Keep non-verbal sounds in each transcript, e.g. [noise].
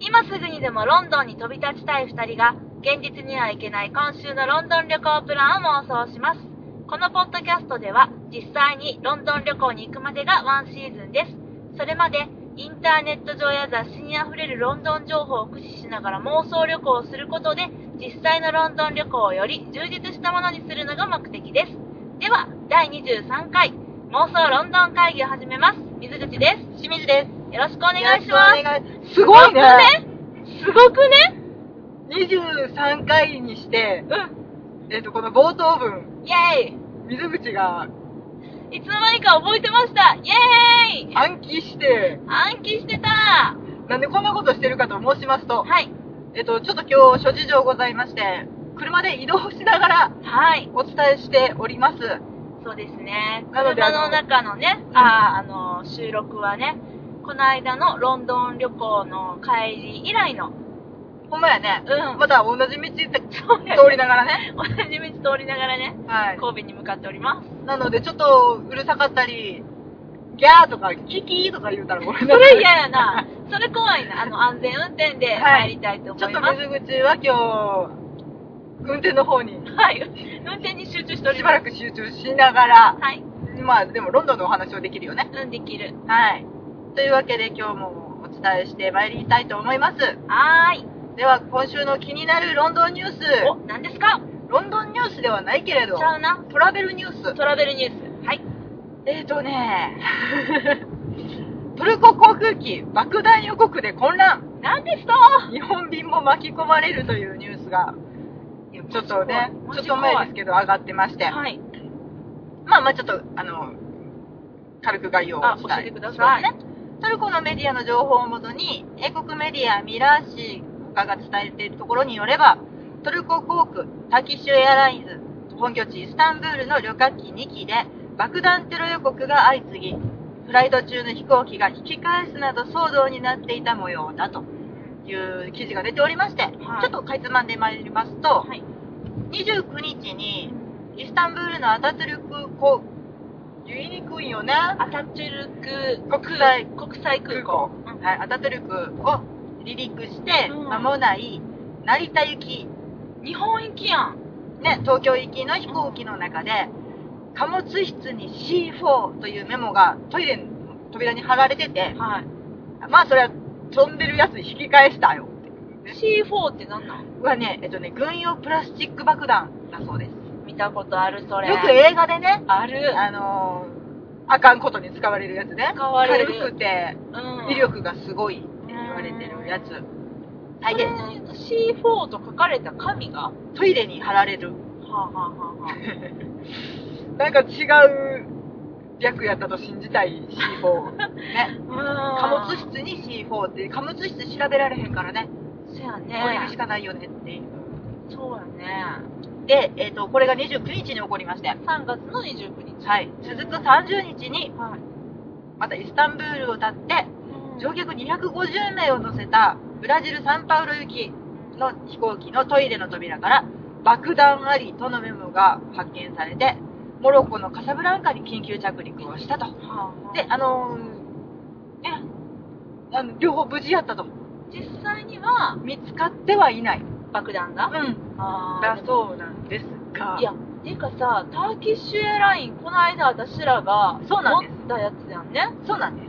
今すぐにでもロンドンに飛び立ちたい2人が現実には行けない今週のロンドン旅行プランを妄想しますこのポッドキャストでは実際にロンドン旅行に行くまでがワンシーズンですそれまでインターネット上や雑誌にあふれるロンドン情報を駆使しながら妄想旅行をすることで実際のロンドン旅行をより充実したものにするのが目的ですでは第23回妄想ロンドン会議を始めます水口です清水です。よろしくお願いしますよろくお願いすごいね。すごくね23回にして、うえっ、と、この冒頭文、んイェ水口がーイいつの間にか覚えてましたイェーイ暗記して、暗記してたなんでこんなことしてるかと申しますと、はいえっ、と、ちょっと今日諸事情ございまして、車で移動しながらはいお伝えしております。そうですねなので車の中のねんあーあの収録はねこの間のロンドン旅行の帰り以来のうんほんまやね。また同じ道そうだよね通りながらね。同じ道通りながらねはい。神戸に向かっておりますなのでちょっとうるさかったり、ギャーとかキキーとか言うたらごめんそなさい。れ嫌や [laughs] なそれ怖いなあの安全運転ではい帰りたいと思ちょっいとます、水口は今日、運転の方にはい、運転に集中しておりしまばすらく集中しながら、はいまあでもロンドンのお話をできるよね。うんできるはい。というわけで今日もお伝えしてまいりたいと思います。はーいでは今週の気になるロンドンニュース。お何ですかロンドンニュースではないけれどち、ゃうなトラベルニュース。トラベルニュースはいえーとね、 [laughs] トルコ航空機爆弾予告で混乱。何ですとち日本便も巻き込まれるというニュースが、ちょっとね、ちょっと前ですけけど上がってまして。はいまあまあちょっと、あの、軽く概要をあお教伝ええてしくまだすさいね。トルコのメディアの情報をもとに、英国メディアミラーシー他が伝えているところによれば、トルコ航空、ターキッシュエアラインズ、本拠地イスタンブールの旅客機2機で爆弾テロ予告が相次ぎ、フライト中の飛行機が引き返すなど騒動になっていた模様だという記事が出ておりまして、はいちょっとかいつまんでまいりますと、はい29日にイスタンブールのアタトゥルクこう言いにくいよねアタチュルク国際国際空空港港、はい、アタトゥルクを離陸してうん間もない成田行き、日本行きやんね、東京行きの飛行機の中で貨物室に C4 というメモがトイレの扉に貼られててはいまあそれは飛んでるやつ引き返したよってね C4 って何なんはね、えっとね、軍用プラスチック爆弾だそうです見たことあるそれよく映画でねあるあのーあかんことに使われるやつね使われる軽くてうん威力がすごいって言われてるやつ大で抵 C4 と書かれた紙がはトイレに貼られるあはあはあはあなんか違う略やったと信じたい C4 ね貨貨物室に C4 って貨物室調べられへんからねそうや降りるしねかないよねっていうそうやねで、えっとこれが29日に起こりまして3月の29日はい続く30日にはいまたイスタンブールを立って乗客250名を乗せたブラジル・サンパウロ行きの飛行機のトイレの扉から爆弾ありとのメモが発見されてモロッコのカサブランカに緊急着陸をしたとはあであのーねあの両方無事やったと実際には見つかってはいない爆弾がうんあだそうなんですがいやていうかさターキッシュエアラインこの間私らがそうなんです持ったやつやんねそうなんで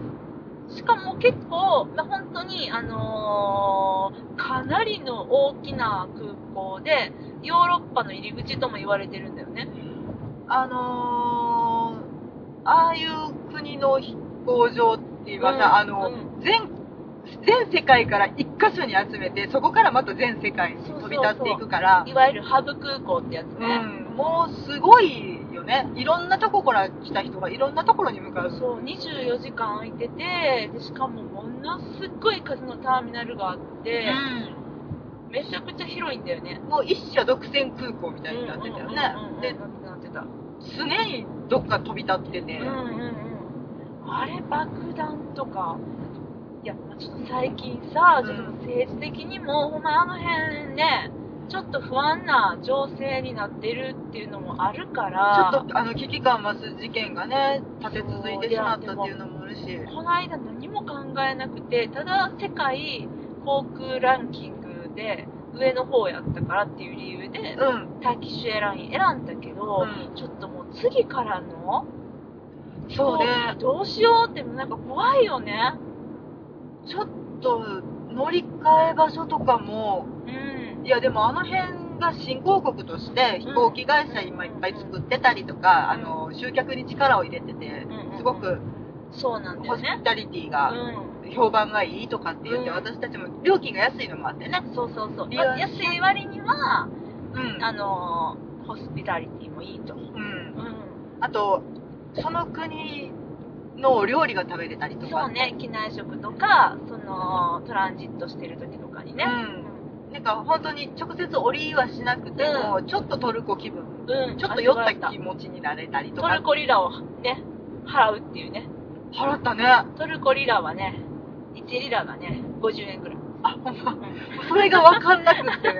すしかも結構、まあ、本当にあのーかなりの大きな空港でヨーロッパの入り口とも言われてるんだよねあのーああいう国の飛行場っていうのはさ、うんあのう全全世界から一箇所に集めてそこからまた全世界に飛び立っていくからいわゆるハブ空港ってやつね、うんもうすごいよねいろんなとこから来た人がいろんなところに向かうそう24時間空いててでしかもものすっごい数のターミナルがあって、めちゃくちゃ広いんだよねうんもう一社独占空港みたいになってたよねうんうんうんうんでなってたなって常にどっか飛び立ってて、た、うんうんうん、あれ爆弾とかいやまあちょっと最近さうんちょっと政治的にも、ほんまあの辺ねちょっと不安な情勢になってるっていうのもあるからちょっとあの危機感増す事件がね立て続いてしまったっていうのもあるしこの間何も考えなくてただ世界航空ランキングで上の方やったからっていう理由で、うん。ターキッシュエアライン選んだけど、うんちょっともう次からのそうね。どうしようってなんか怖いよねちょっと、乗り換え場所とかも、うんいやでもあの辺が新興国として飛行機会社今いっぱい作ってたりとか、あうんの、集客に力を入れててうん、すごくそうなんだホよスねピタリティうがん評判がいいとかって言って、うん私たちも料金が安いのもあってね。そうそうそう利用者安い割にはうん。あのーホスピタリティもいいと、うんうあと、その国のお料理が食べれたりとん、か。そうね機内食とかそのトランジットしてる時とかにねうなんか本当に直接降りはしなくても、ちょっとトルコ気分、うん、ちょっと酔っ味わたえ気持ちになれたりとトかル。コリラをね払うっていうね払ったね。トルコリラはね1リラがね50円ぐらいあ、ほんま。それがわかんなくってね。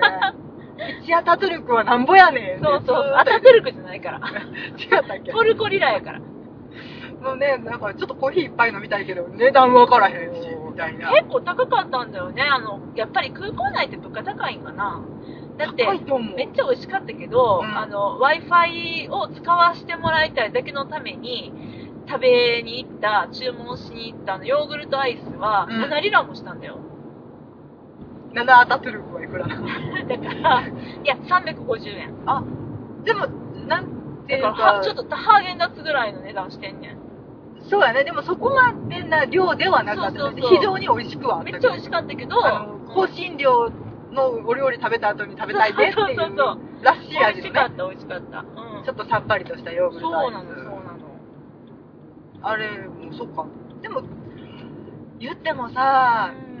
一夜タトルクはなんぼやねん。そうそうずーアっとタトルクじゃないから違ったっけトルコリラやからもうね、なんかちょっとコーヒーいっぱい飲みたいけど、値段わからへんし、みたいな。結構高かったんだよねあのやっぱり空港内って物価高いんかなだって高いと思うめっちゃ美味しかったけど、うんあの w i f i を使わせてもらいたいだけのために食べに行った注文しに行ったあのヨーグルトアイスはうん7リラもしたんだよ、 7アタトルクはいくらなのだ [laughs] からいや350円でも、なんていだうからかは、ちょっとハーゲンダッツぐらいの値段してんねんそうやね、でもそこまでな量ではなかったそうのそうで、そう非常に美味しくはあっためけっどちゃ美味しかったけどあの香辛料のお料理食べた後に食べたいねってそういそうそううそうらしい美味味しのかねった美味しかった、うんちょっとさっぱりとしたヨーグルそうトアイなのそうスなのあれもうそっかでも言ってもさ、うん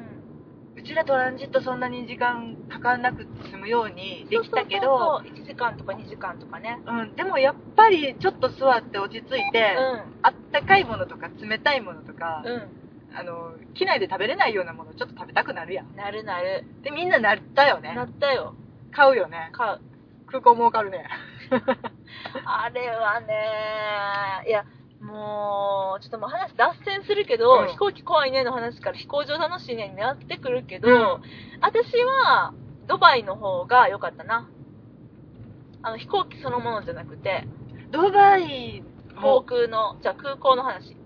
うちらトランジットそんなに時間かかんなくて済むようにできたけどそうそうそう1時間とか2時間とかねうん、でもやっぱりちょっと座って落ち着いて、うあったかいものとか冷たいものとか、ん、あの機内で食べれないようなものちょっと食べたくなるやんうん、なるなる、でみんななったよねなったよ買うよね買う空港儲かるねあれはねいやもうちょっともう話脱線するけど、うん飛行機怖いねの話から飛行場楽しいねになってくるけど、うん私はドバイの方が良かったなあの飛行機そのものじゃなくてドバイ航も空のじゃあ空港の話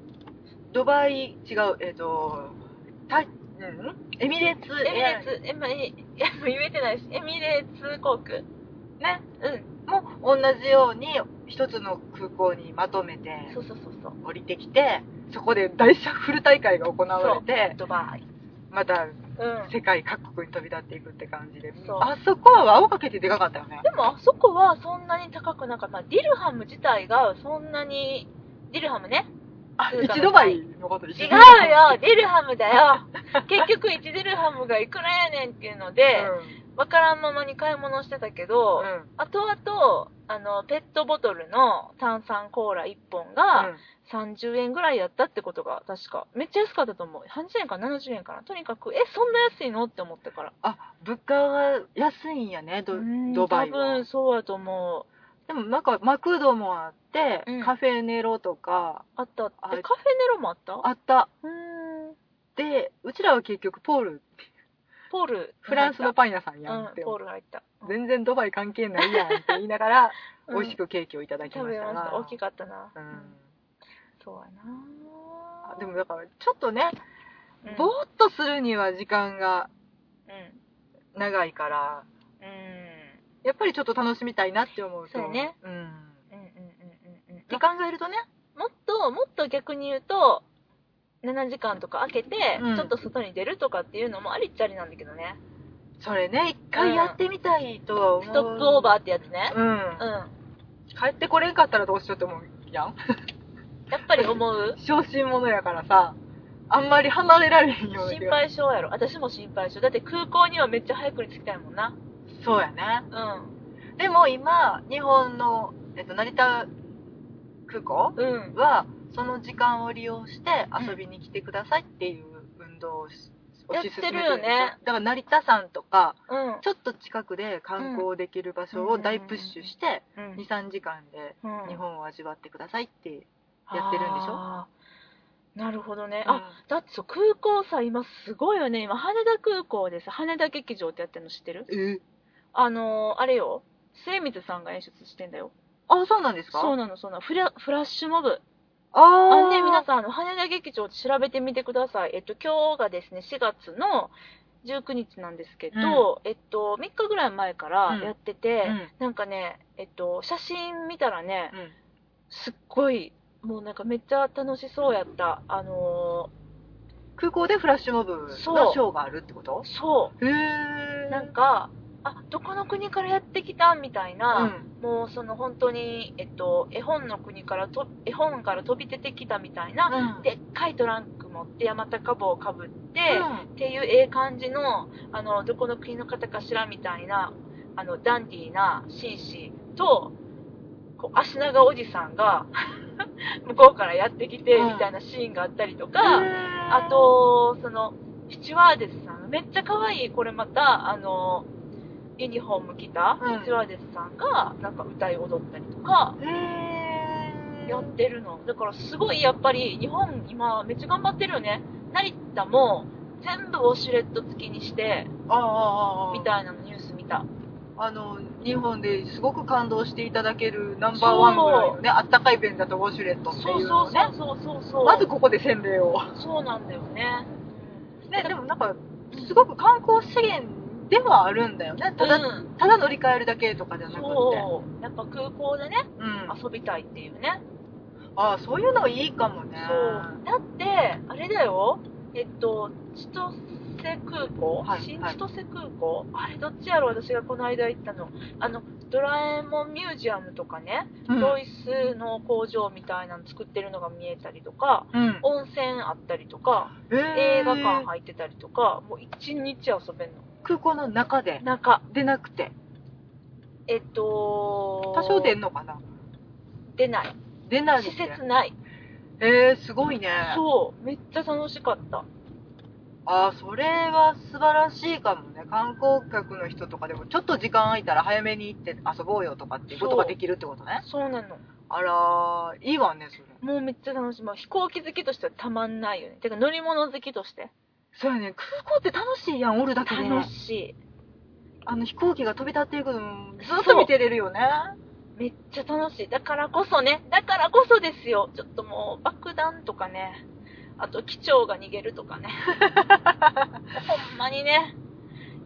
ドバイ違うえっ、とタイうんエミレーツエミエアレーラインツエミレ言えてない [laughs] しエミレーツ航空ねうも同じように一つの空港にまとめてんそうそうそうそう降りてきてそこで大シャッフル大会が行われてドバイまたうん世界各国に飛び立っていくって感じでそうあそこは輪をかけてでかかったよねでもあそこはそんなに高くなかった、まあ、ディルハム自体がそんなにディルハムねあそうだね一ドバイのこと一違うドバイよディルハムだ [laughs] よ結局1ディルハムがいくらやねんっていうのでわからんままに買い物してたけうんど、うんあとあとあのペットボトルの炭酸コーラ1本が30円ぐらいやったってことが確かめっちゃ安かったと思う80円か70円かなとにかくえそんな安いのって思ったからあ物価が安いんやねドうんドバイ多は分そうやと思うでもなんかマクドもあって、うんカフェネロとかあったあったあえカフェネロもあったあったうーんでうちらは結局ポールポールフランスのパパン屋さんンやんって、うん、ポール入った、うん全然ドバイ関係ないやんって言いながら、美味し [laughs] うんくケーキをいただき食ましべたましたが大きかったな、うんそうやなあでもだからちょっとね、うんぼーっとするには時間がうん長いからうんやっぱりちょっと楽しみたいなって思うとそうやねうん、うんうんうんうんうん時間がいるとねもっともっと逆に言うと7時間とか空けて、うんちょっと外に出るとかっていうのもありっちゃありなんだけどねそれね一回やってみたいとは思うストップオーバーってやつねうん、うん、帰ってこれんかったらどうしようって思うやんやっぱり思う [laughs] 小心者やからさあんまり離れられへんような気心が配性やろ私も心配性だって空港にはめっちゃ早くに着きたいもんなそうやねうでも今日本の、えっと、成田空港んうんはその時間を利用して遊びに来てくださいっていう運動をしやっ推てし進めるてよるでしょねだから成田山とかうんちょっと近くで観光できる場所を大プッシュしてうん23時間でうん日本を味わってくださいってやってるんでしょあなるほどね。うんあ、だってそう、空港さ、今すごいよね。今、羽田空港です。羽田劇場ってやってるの知ってるえあのー、あれよ。末光さんが演出してんだよ。あ、そうなんですかそううなの、そうなの。フラフラッシュモブ。あーあのね、皆さん、あの、羽田劇場調べてみてください。えっと、今日がですね、4月の19日なんですけど、えっと、3日ぐらい前からやってて、うんなんかね、えっと、写真見たらね、うんすっごい、もうなんかめっちゃ楽しそうやった。あの空港でフラッシュモブのシそうョーがあるってことー、そへう、えなんか、あ、どこの国からやってきたみたいうな、んもうその本当に、えっと、絵本の国からと、絵本から飛び出てきたみたいな、うんでっかいトランク持って山高帽をかぶって、うんっていうええ感じのあのどこの国の方かしらみたいなあのダンディーな紳士とこう足長おじさんが [laughs] 向こうからやってきてうんみたいなシーンがあったりとか、ああ、とそのスチュワーデスさんめっちゃ可愛いこれまたあのユニフォーム着たうんスチュワーデスさんがなんか歌い踊ったりとかへえやってるのだからすごいやっぱり日本今めっちゃ頑張ってるよね成田も全部ウォシュレット付きにしてああああああみたいなのニュース見た。あの日本ですごく感動していただけるナンバーワンぐらいのねあったかい便だとウォシュレットそっうてそいううのをねそうそうそうそう。まずここで洗礼をそうなんだよね。ねでもなんか [laughs] すごく観光資源ではあるんだよねただ、うんただ乗り換えるだけとかじゃなくてそう。やっぱ空港でね、うん、遊びたいっていうね。ああそういうのいいかもそねう。だって、あれだよ。えっと、千歳空港、はい新はい千歳空港あれどっちやろ私がこの間行ったの。あの、ドラえもんミュージアムとかね、うんロイスの工場みたいなの作ってるのが見えたりとか、うん温泉あったりとか、映画館入ってたりとか、もう一日遊べんの。空港の中でなんか、でなくてえっと、多少出んのかな出ない。出ない施ですね設ない。えー、すごいねそう、めっちゃ楽しかった。ああそれは素晴らしいかもね観光客の人とかでもちょっと時間空いたら早めに行って遊ぼうよとかっていうことができるってことねそうなの。あらーいいわねそれもうめっちゃ楽しい。まあ、飛行機好きとしてはたまんないよね。てか乗り物好きとして。そうやね空港って楽しいやんおるだけで楽しい。あの飛行機が飛び立っていくのもずっと見てれるよねめっちゃ楽しい。だからこそね、だからこそですよ。ちょっともう爆弾とかね、あと機長が逃げると [laughs] かね。ほんまにね、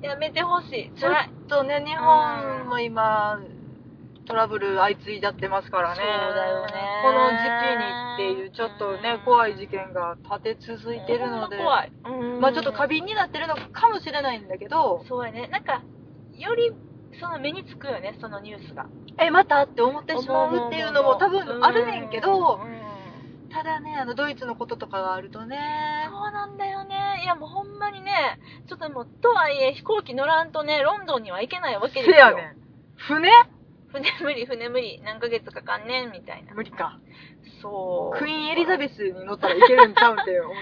やめてほしい。辛い。とね日本も今トラブル相次いだってますからねそうだよねこの時期にっていうちょっとね怖い事件が立て続いてるのでほんま怖い。うんまあちょっと過敏になってるのかもしれないんだけど、そうやね。なんか、より、その目につくよね、そのニュースが。え、またって思ってしまうっていうのも多分あるねんけどう、んただね、あのドイツのこととかがあるとね、そうなんだよね。いやもうほんまにね、ちょっともう、とはいえ飛行機乗らんとね、ロンドンには行けないわけですせよ。やねん。船船無理、船無理。何ヶ月かかんねん、みたいな。無理。か。そう。クイーンエリザベスに乗ったらいけるんちゃうんって思う。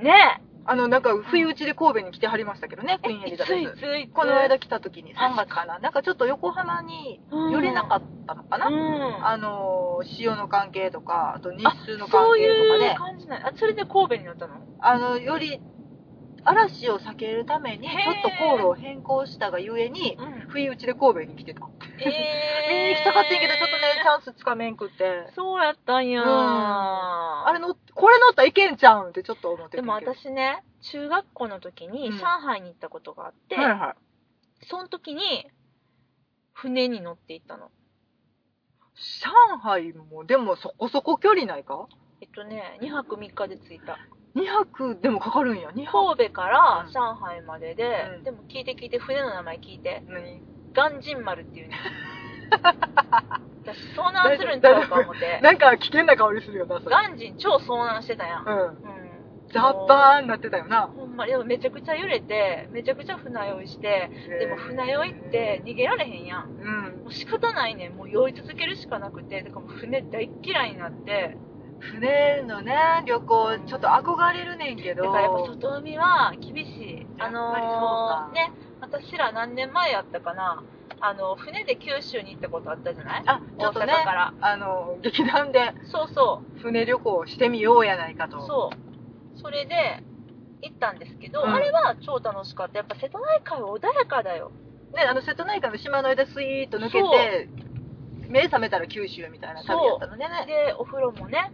ス。ねあの、なんか、不意打ちで神戸に来てはりましたけどね、え。クイーンエリザベいついス。ついつ。この間来た時に、確か3月かな。なんかちょっと横浜にうん、寄れなかっったのかな。うん。あの、潮の関係とか、あと日あ、数の関そう係とかいう、で感じなんあ、それで神戸に乗ったのあの、より嵐を避けるために、へーちょっと航路を変更したがゆえに、 [laughs] うん。不意打ちで神戸に来てた。え見に行きたかってんけど、ちょっとね、チャンスつかめんくって。そうやったんや。うんあれ乗っ、これ乗ったらいけんちゃうんってちょっと思ってでたけども、私ね、中学校の時にうん上海に行ったことがあって、はいはい。その時に船に乗って行ったの。上海も、でもそこそこ距離ないかえっとね、2泊3日で着いた。 ?2 泊でもかかるんや、2泊。神戸からうん上海までで、うんでも聞いて聞いて、船の名前聞いて、何ガンジン丸っていうね。 [laughs] 私、遭難するんちゃうか思って。なんか危険な香りするよな、それ。ガンジン超遭難してたやん。うん。うん。ザッバーンなってたよな。ほんまに、でもめちゃくちゃ揺れて、めちゃくちゃ船酔いして、ででも船酔いって、逃げられへんやん。うん。もう仕方ないねもう酔い続けるしかなくてだからもう船大っ嫌いになって船のね、旅行、ちょっと憧れるねんけだど。からやっぱ外海は厳しいやあっぱりそうかのーね私ら何年前やったかなあの、船で九州に行ったことあったじゃないあ、ちょっとね大阪から、あの、劇団でそうそ船旅行をしてみようやないかう。と。そう。それで、行ったんですけど、うんあれは超楽しかった。やっぱ瀬戸内海は穏やかだよ。ね、あの、瀬戸内海の島の間スイーッと抜けそうて、目覚めたら九州みたいな旅やったのね。で、お風呂もね、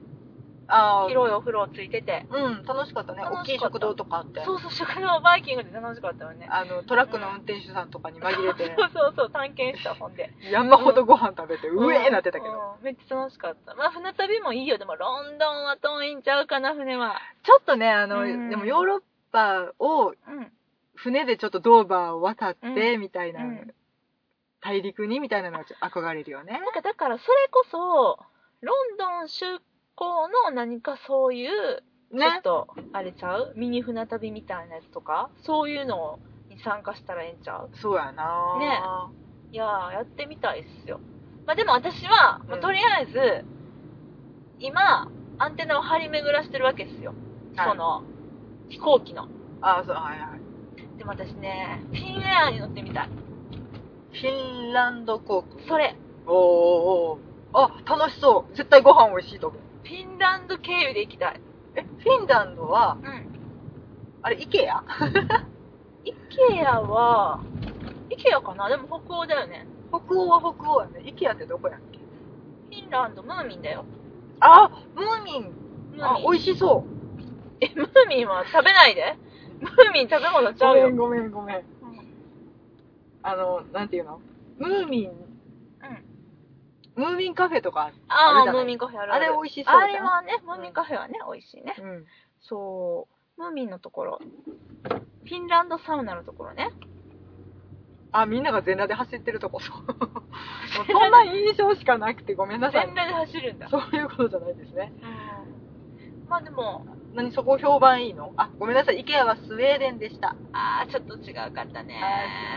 ああ、広いお風呂ついてて。うん、楽しかったね。楽しかった大きい食堂とかあって。そうそう、食堂バイキングで楽しかったよね。あの、トラックの運転手さんとかに紛れて [laughs] そ、うそうそう、探検した、ほんで。山ほどご飯食べて、うえーなってたけど。うんめっちゃ楽しかった。まあ、船旅もいいよ。でも、ロンドンは遠いんちゃうかな、船は。ちょっとね、あの、うんでもヨーロッパを、うん。船でちょっとドーバーを渡っうて、みたいな、うん大陸にみたいなのはちょっと憧れるよね。なんか、だから、それこそ、ロンドン就航の何かそういう、ちょねっ。と、あれちゃうミニ船旅みたいなやつとか、そういうのに参加したらええんちゃうそうやなねいやー、やってみたいっすよ。まあ、でも私は、もうとりあえず、今、アンテナを張り巡らしてるわけですよ。はいその、飛行機の。ああ、そう、はいはい。でも私ね、フィンエアに乗ってみたい。フィンランド航空。それ、おーおーおーあ、楽しそう。絶対ご飯美味しいと思う。フィンランド経由で行きたい。え、フィンランドは、うん。あれ、イケアイケアは、イケアかなでも北欧だよね。北欧は北欧やね。イケアってどこやっけフィンランド、ムーミンだよ。あ、ムーミン。ムーあミ、ン。美味しそえ、 [laughs] ムーミンは食べないでムーミン食べ物う。ちゃうよ。うん。ごめん、ごめん。あの、なんていうのムーミン、ムーミンカフェとかあるあああ、るじムゃないーミンカフェあるあれる美味しそうあじれゃん。はね、ムーミンカフェはね、美味しいね。うん。そう、ムーミンのところ。フィンランドサウナのところね。あ、みんなが全裸で走ってると [laughs] こ、そう。もうそんな印象しかなくてごめんなさ全い。裸で走るんだ。そういうことじゃないですね。うんまあでも、何、そこ評判いいのあ、ごめんなさい。イケアはスウェーデンでした。ああ、ちょっと違うかったね。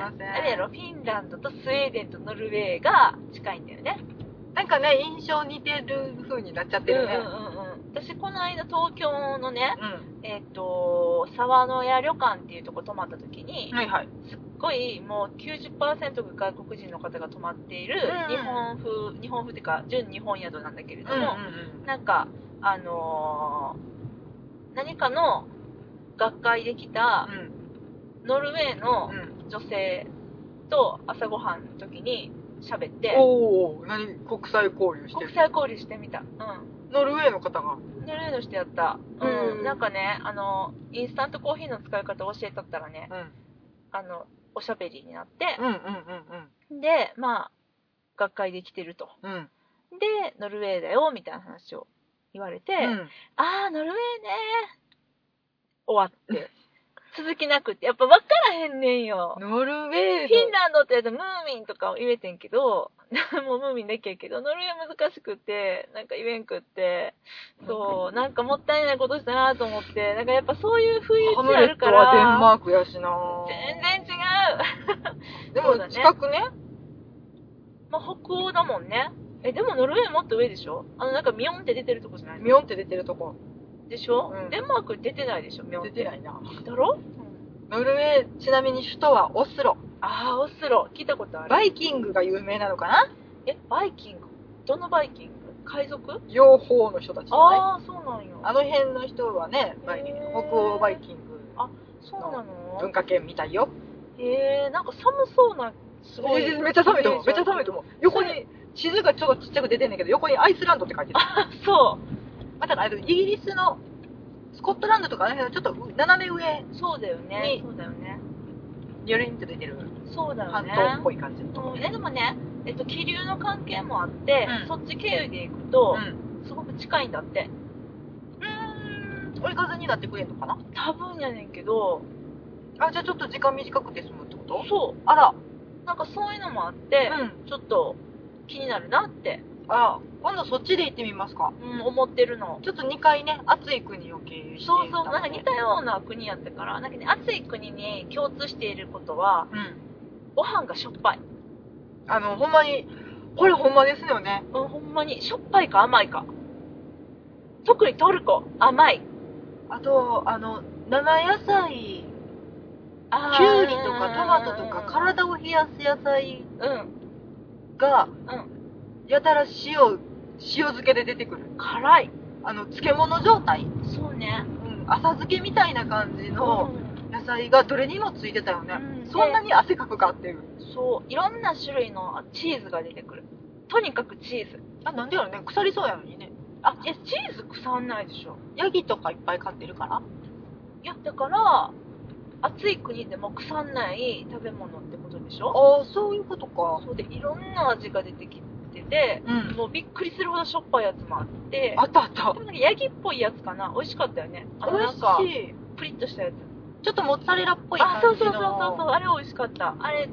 あーすいませんあれやろ、フィンランドとスウェーデンとノルウェーが近いんだよね。なんかね、印象似てる風になっちゃってうんうんるうね。んうん。私、この間東京のね、うえっ、と、沢の屋旅館っていうとこ泊まった時に、はいはい。すっごいもう90%が外国人の方が泊まっているう日ん本風、日本風っていうか、純日本宿なんだけれうども、なんか、あのー何かの学会で来たノルウェーのうんうん。女性と朝ごはんの時に喋って、おお、何国際交流して国る。際交流してみた。うん。ノルウェーの方が。ノルウェーの人やった。うん。うんなんかね、あの、インスタントコーヒーの使い方を教えとったらね、うん。あの、おしゃべりになってう、んうんうんで、まあ、学会で来てると。うん。うん。で、ノルウェーだよ、みたいな話を言われて、うんあー、ノルウェーね終わって。続きなくって。やっぱ分からへんねんよ。ノルウフィェーンランドって言うとムーミンとか言えてんけど、 [laughs] もうムーミンだけやけど、ノルウェー難しくて、なんか言えんくって、そう、なんかもったいないことしたなと思って、なんかやっぱそういう不意ハ打ムちあレるッかトはデンら、マークやしな全然違う。でそうだもね近くね。まあ、北欧だもんね。え、でもノルウェーもっと上でしょあの、なんかミョンって出てるとこじゃないミョンって出てるとこ。でしょ、うんデンマーク出てないでしょミョンって。出てないな。だろ、ノルウェー、ちなみに首都はオスロ。あー、オスロ。聞いたことある。バイキングが有名なのかなえ、バイキングどのバイキング海賊養蜂の人たちじゃないああ、そうなんよ。あの辺の人はね、バイキングへー北欧バイキングそうな文の化圏みたいよ。へえ、なんか寒そうな、すごい。めっちゃ寒いと思う。めっちゃ寒いと思思う。横に、地図がちょっとちっちゃく出てんねんけど、横にアイスランドって書いてる。う。そまたあのイギリスの、スコットランドとかあの辺のちょっと斜め上う。そうだよねに。そうだよね。によりんと出てるそうだよ半ね。島っぽい感じのとこうん、えでもね、えっと、気流の関係もあって、うんそっち経由で行くと、ん。すごく近いんだって。折り風になってくれんのかな多分やねんけど、あ、じゃあちょっと時間短くて済むってことそあら。う。なんかそういうのもあって、ん。ちょっと気になるなって、あら。今度そっちで行ってみますか。うん、思ってるの。ちょっと2回ね、暑い国を経由して。そうそう、なんか似たような国やったから、なんかね、暑い国に共通していることは、うん。ご飯がしょっぱい。あの、ほんまに、これほんまですよね。うん、ほんまに、しょっぱいか甘いか。特にトルコ、甘い。あと、あの、生野菜、あキュウュウリとかトマトとか体を冷やす野菜うん。がうん。やたら塩塩漬けで出てくる辛い。あの漬物状態、そうね。うん、浅漬けみたいな感じのう野菜がどれにもついてたよね、うんそんなに汗かくかっていうんそう。いろんな種類のチーズが出てくる。とにかくチーズ。あなんでやろね腐りそうやのにねあ、え、チーズ腐んないでしょ。ヤギとかいっぱい飼ってるからいや、だから、暑い国でも腐んない食べ物ってことでしょああそういうことかそうで、いろんな味が出てきてて、うんもうびっくりするほどしょっぱいやつもあって、あったあったでもなんかヤギっぽいやつかな。美味しかったよね。あのなんか美味しいプリッとしたやつ。ちょっとモッツァレラっぽいあ、感じそのうそうそうそうそう。あれ美味しかった。あれ、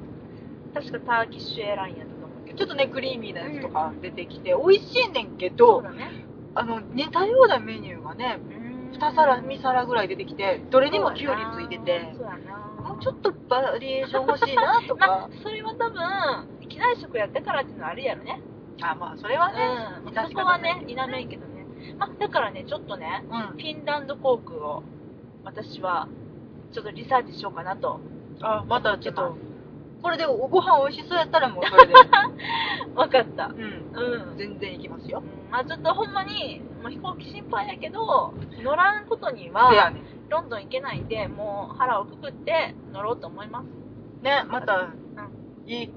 確かターキッシュエラインやったと思うけど。ちょっっとねクリーミーなやつとか出てきて、美味しいねんけどそうだね。あの似たようなメニューがね2皿3皿ぐらい出てきてどれにもキュウリついててそうやな。もうちょっとバリエーション欲しいなとまあか、それは多分、機内食やったからっていうのはあるやろね。あ [laughs] まあそれはね、うん。致そしこ方はないね、け否どねめんけどね。まあ、だからね、ちょっとね、うんフィンランド航空を私はちょっとリサーチしようかなと [laughs] あまたちょっ思とってこれでおご飯美味しそうやったらもうそれ [laughs] で、ますわかったううんん、全然いきますよまあちょっとほんまにもう飛行機心配やけど乗らんことにせやはねロンドン行けないんでもう腹をくくって乗ろうと思いますねまたいい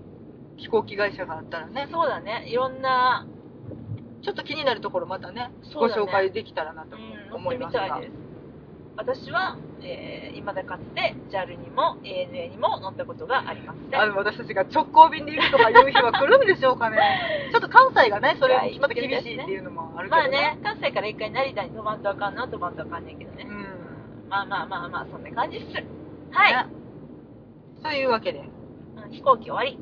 飛行機会社があったらねそうだねいろんなちょっと気になるところまたねそごうだね紹介できたらなとうん乗っ思ていみますが、たいです私は、えー、未だかつて JAL にも ANA にも乗ったことがありませんあの私たちが直行便で行くとかいう日は来るんでしょう [laughs] かねちょっと関西がねそれはいまた厳しいっていうのもあるけまあどね関西から一回成田に飛ばんとあかんな飛ばんとあかんねんけどね、うんまあまあまあまあ、そんな感じっす。はい。ねというわけでうん飛行機終わり。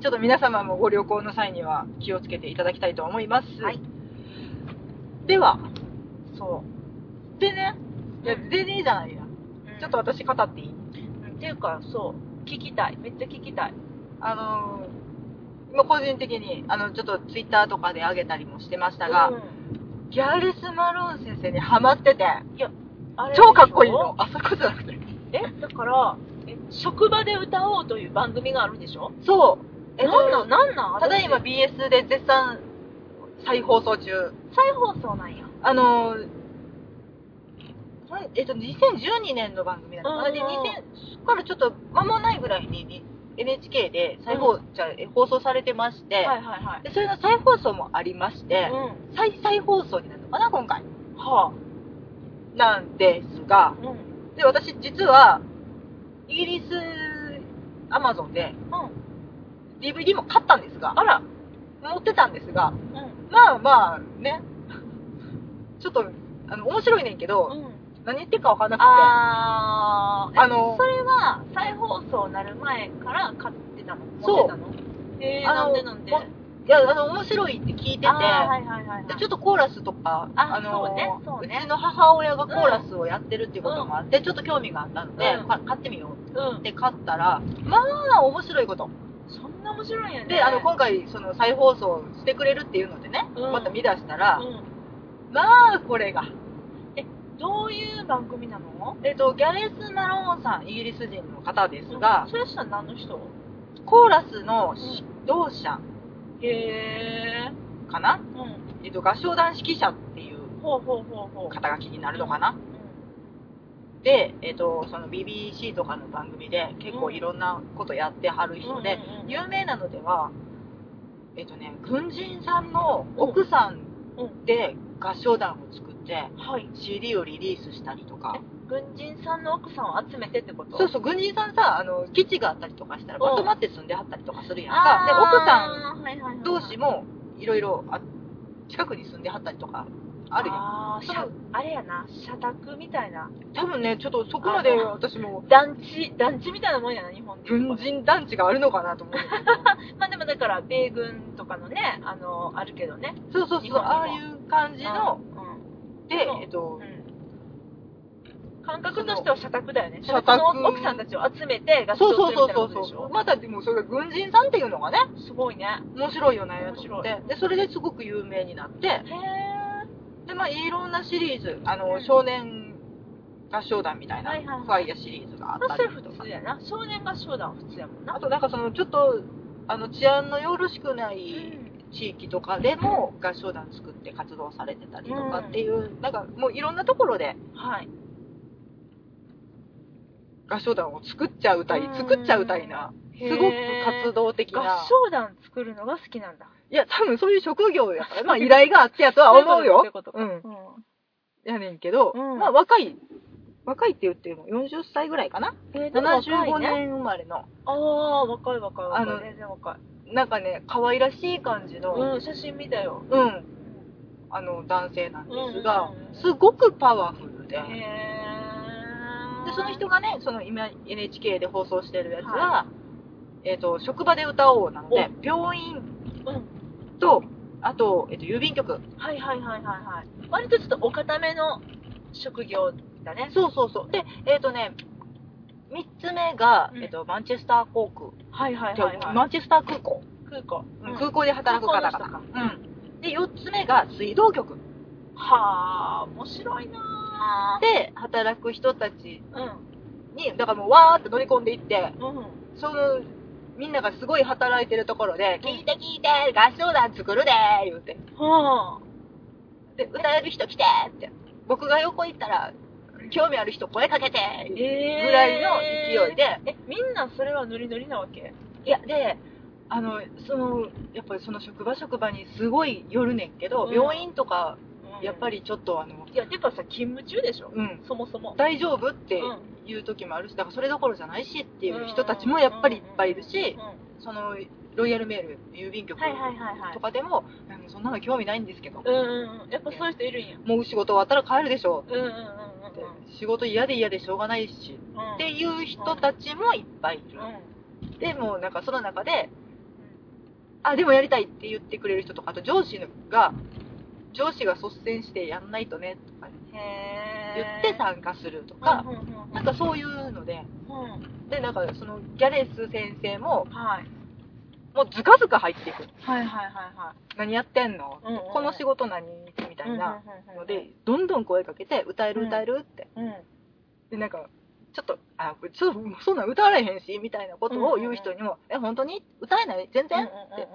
ちょっと皆様もご旅行の際には気をつけていただきたいと思います、はいではそう。でね、いやでねえじゃないや、ちょっと、私語っていいうん、っていうか、そう、聞きたい。めっちゃ聞きたい。あのー今個人的にあのちょっとツイッターとかで上げたりもしてましたが、うんギャルス・マローン先生にハマっててあれ超かっこいいのあそこじゃなくでてしょえ、だから、え職場で歌おうという番組があるんでしょそうえ、なんなんなんなんただいま私 BS で絶賛再放送中再放送なんや。あのーこれえっと、2012年の番組なのかな、うんでうんうん2000そこからちょっと間もないぐらいにに NHK で再放,、じゃえ放送されてまして、はいはいはい。でそれの再放送もありまして、う再再放送になるのかな今回ん。はなんですがあ。うん。で私実はイギリスアマゾンでうん。 DVD も買ったんですがあら。持ってたんですがうん。まあまあねちょっとあの面白いねんけど、うん。何言ってるか分からなあー。あのそれは、再放送なる前から買ってたのそう持ってたのへえ、あなのんでなんでもくていやあの面白いって聞いてて、あーはいはいはいはい、でちょっとコーラスとかあのそうねそうねちの母親がコーラスをやってるっていうこともあって、ちょっと興味があったので、うんか買ってみよううっん、て買ったらまあ面白いことそんな面白いんやねであの今回その再放送してくれるっていうのでね、うんまた見出したら、うん、まあこれがどういう番組なのえっとギャレス・マローンさんイギリス人の方ですうがん、それしたら何の人コーラスの指導者へえかな、うんえっと合唱団指揮者っていうほうほうほうほう肩書きになるのかな、うで、えっとその BBC とかの番組で結構いろんなことやってはるん人で、うんうんうん有名なのでは、えっとね、軍人さんの奥さんで合唱団を作ってはい、 CD をリリースしたりとか、軍人さんの奥さんを集めてってことそうそう軍人さんさあの基地があったりとかしたうらんまとまって住んではったりとかするやんかあで奥さん、はいはいはいはい、ん同士もいろいろあ近くに住んではったりとかあるやんあーしゃそあれやな社宅みたいな多分ねちょっとそこまであー私も団地団地みたいなもんやな日本で言うと軍ね人団地があるのかなと思うんだまあでもだから米軍とかのねあのあるけどねけど [laughs] そうそう日そう本にもああいう感じのでそうえっとうん感覚としては社宅だよね。そ社の宅社の宅奥さんたちを集めて合そう唱そするうみそたいなこうそとうでしそうょ。またでもそれが軍人さんっていうのがねすごいね。面白いよねと思っ面てでそれですごく有名になってへえ。でまあいろんなシリーズあうのん少年合唱団みたいなはいはいはいファイヤーシリーズがあったそれり普とか通やな少年合唱団は普通やもんなあとなんかそのちょっとあの治安のよろしくない地域とかでも合唱団作って活動されてたりとかっていう、なんかもういろんなところではい合唱団を作っちゃうたりうん作っちゃうたりなすごく活動的合な唱団作るのが好きなんだいや多分そういう職業やからまあ依頼があってやとは思うよ [laughs] そういうことううんんやねんけど、うんまあ若い若いって言っても40歳ぐらいかな、えーでも若いね75年生まれのああ若い若い若いあの全然若いなんかね可愛らしい感じのうん写真見たようん、あの男性なんですが、うんすごくパワフルで、へえでその人がねその今 NHK で放送してるやつは、えー、と職場で歌おうなので病院とあと,、えー、と郵便局はいはいはいはいはい割とちょっとお固めの職業だねそうそうそうでえっ、とね3つ目が、うんえー、とマンチェスター航空、はいはいはいはいマンチェスター空港、空港、うんうん空港で働く方々空港の人うん、で4つ目が水道局はあ面白いなで働く人たちあうにだからもうわーって乗り込んでいってんうんそのみんながすごい働いてるところで「聞いて聞いて合唱団作るで」言うてはあで歌える人来てって僕が横行ったら興味ある人声かけてええぐらいの勢いで、えみんなそれはノリノリなわけいやであのそのやっぱりその職場職場にすごいよるねんけど、うん病院とかやっぱりりちょっとあの、いやてかさ勤務中でしょうん、そもそも大丈夫ってうんいう時もあるしだからそれどころじゃないしっていう人たちもやっぱりいっぱいいるしうんうんそのロイヤルメール郵便局はいはいはいはいとかでも、あのそんなの興味ないんですけど、うんうんうんやっぱそういう人いるんやもう仕事終わったら帰るでしょうんうんうんうんうって、仕事嫌で嫌でしょうがないしうんっていう人たちもいっぱいいるう、んでもなんかその中であでもやりたいって言ってくれる人とかあと上司が上司が率先してやんないとねとか言へえって参加するとかう、んうんうんなんかそういうのでうんでなんかそのギャレス先生もはいもうずかずか入っていくはいはいはいは何やってんの、うんうんうんこの仕事何みたいういなんうんうんのでどんどん声かけて歌えうるん歌えるって、うんでなんかちょっとあちょっともうそんなん歌われへんしみたいなことを言う人にも「え本当に歌えない全うんうん然?」って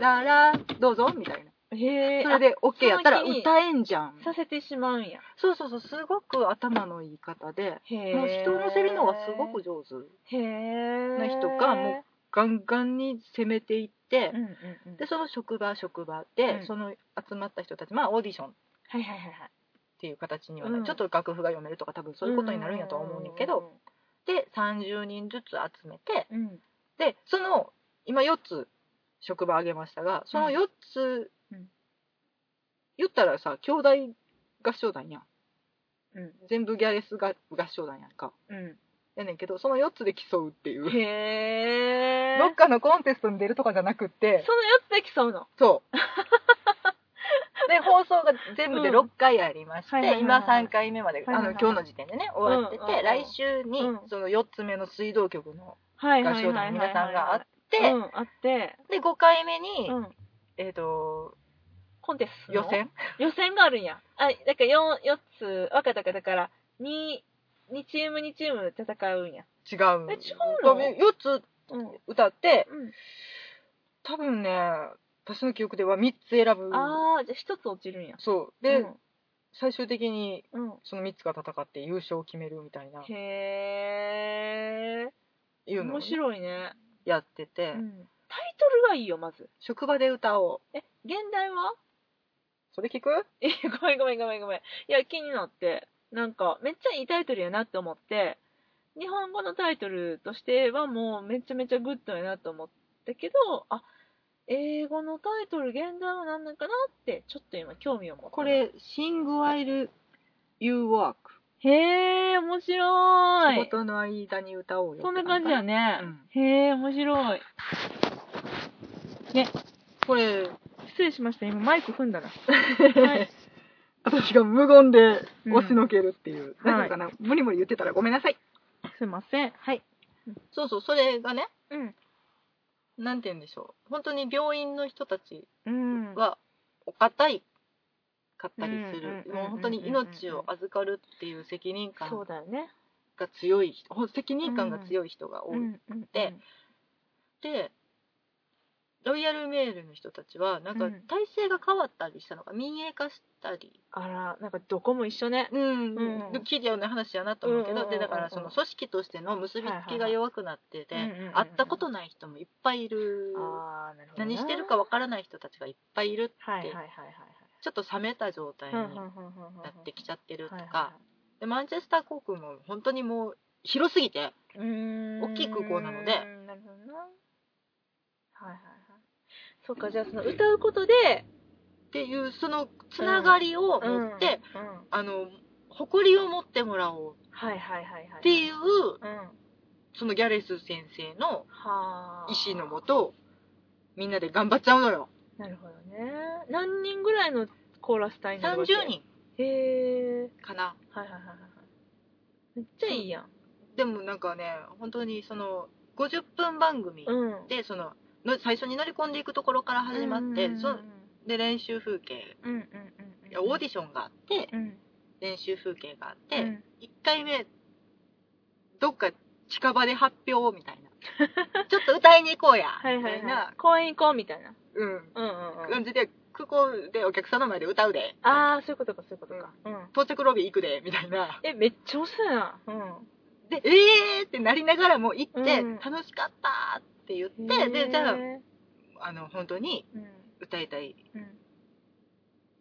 「ララどうぞ」みたいなうんうんうんうんへえそれで OK やったらその日に歌えんじゃんあさせてしまうんやそうそうそうすごく頭のいい方でへえもう人を乗せるのがすごく上手へえな人がもガンガンに攻めていってう、んうんうんでその職場職場で、うんその集まった人たちまあオーディションはいはいはいはいっていう形にはなうんちょっと楽譜が読めるとか多分そういうことになるんやとは思うねんけど、で30人ずつ集めてうんうんでその今4つ職場挙げましたがその4つ、うん言ったらさ兄弟合唱団やんうん全部ギャレスが合唱団やんかうんやねんけどその4つで競うっていううんへえどっかのコンテストに出るとかじゃなくってその4つで競うのそ [laughs] うで放送が全部でうん6回ありまして、はいはいはい今3回目まで、はいはいはいあの今日の時点でね終わってて、うんうんうん来週にうんその4つ目の水道局のはい合唱団の皆さんがあっでて、うん、あって、で5回目に、うん、えっ、とコンテスト予の選予選があるんやあだから 4, 4つ分かったからだから2二チーム2チーム戦うんや違うえ違うの4つうん、歌ってうん、多分ね私の記憶では3つ選ぶああじゃあ1つ落ちるんやそうで、うん最終的にうん、その3つが戦って優勝を決めるみたいなへえいうのを面ね白いね、やってて、うん、タイトルがいいよまず職場で歌おうえ現代はそれ聞くえ [laughs] ごめんごめんごめんごめんいや気になってなんかめっちゃいいタイトルやなって思って日本語のタイトルとしてはもうめちゃめちゃグッドやなと思ったけどあ英語のタイトル現代は何なのかなってちょっと今興味を持ったこれ「Sing While You Work」へえ面白仕い事の間に歌おうよそんな感じやねね、へえ面白いこれ、失礼しました今マイク踏んだない私が無言でうん押しのけるっていう、はい大丈夫かな、無理無理言ってたらごめんなさい [laughs] すいませんはいそうそうそれがねうんなんて言うんでしょう本当に病院の人たちうんはお堅いかったりすうんるうんうんうんうんうんもう本当に命を預かるっていう責任そ感うだよね。が強い人ほん責任感が強い人が多い、うんで、でロイヤルメールの人たちはなんかうん体制が変わったりしたのか民営化したり、あら、なんかどこも一緒ね。うんうん聞いたような話やなと思うけうんうんうんうどんでだからその組織としての結びつきが弱くなっててはいはいはいうんうんうんうん会ったことない人もいっぱいいるああ、なるほどね。何してるかわからない人たちがいっぱいいるはいはいてはいはいちょっと冷めた状態にはい。なってきちゃってるとはいはいかでマンチェスター航空も本当にもう広すぎてうーん大きい空港なのでなるほどなはいはいはいそうかじゃあその歌うことでっていうそのつながりを持って、うんうんあの誇りを持ってもらおうはいはいはいはいっていううんはそのギャレス先生のあ意思のもとみんなで頑張っちゃうのよなるほどね何人ぐらいのコーラス隊になるわけ30人へえかなはいはいはいはいめっちゃいいやんでもなんかね本当にその50分番組うんでそのの最初に乗り込んでいくところから始まって、うんうんうんそで練習風景うんうんうんいやオーィディションがあってうん練習風景があって、うん1回目どっか近場で発表みたいな [laughs] ちょっと歌いに行こうやはいみはたいいはない公園行こうみたいなうんうんうんうん感じで空港でお客さんの前で歌うでああそういうことかそういうことかうん到着ロビー行くでみたいなえめっちゃおしゃれなうんでえーってなりながらも行って、うん楽しかったって言ってで、でで、じじゃあゃ、ああの本当にうん、歌いたいうん、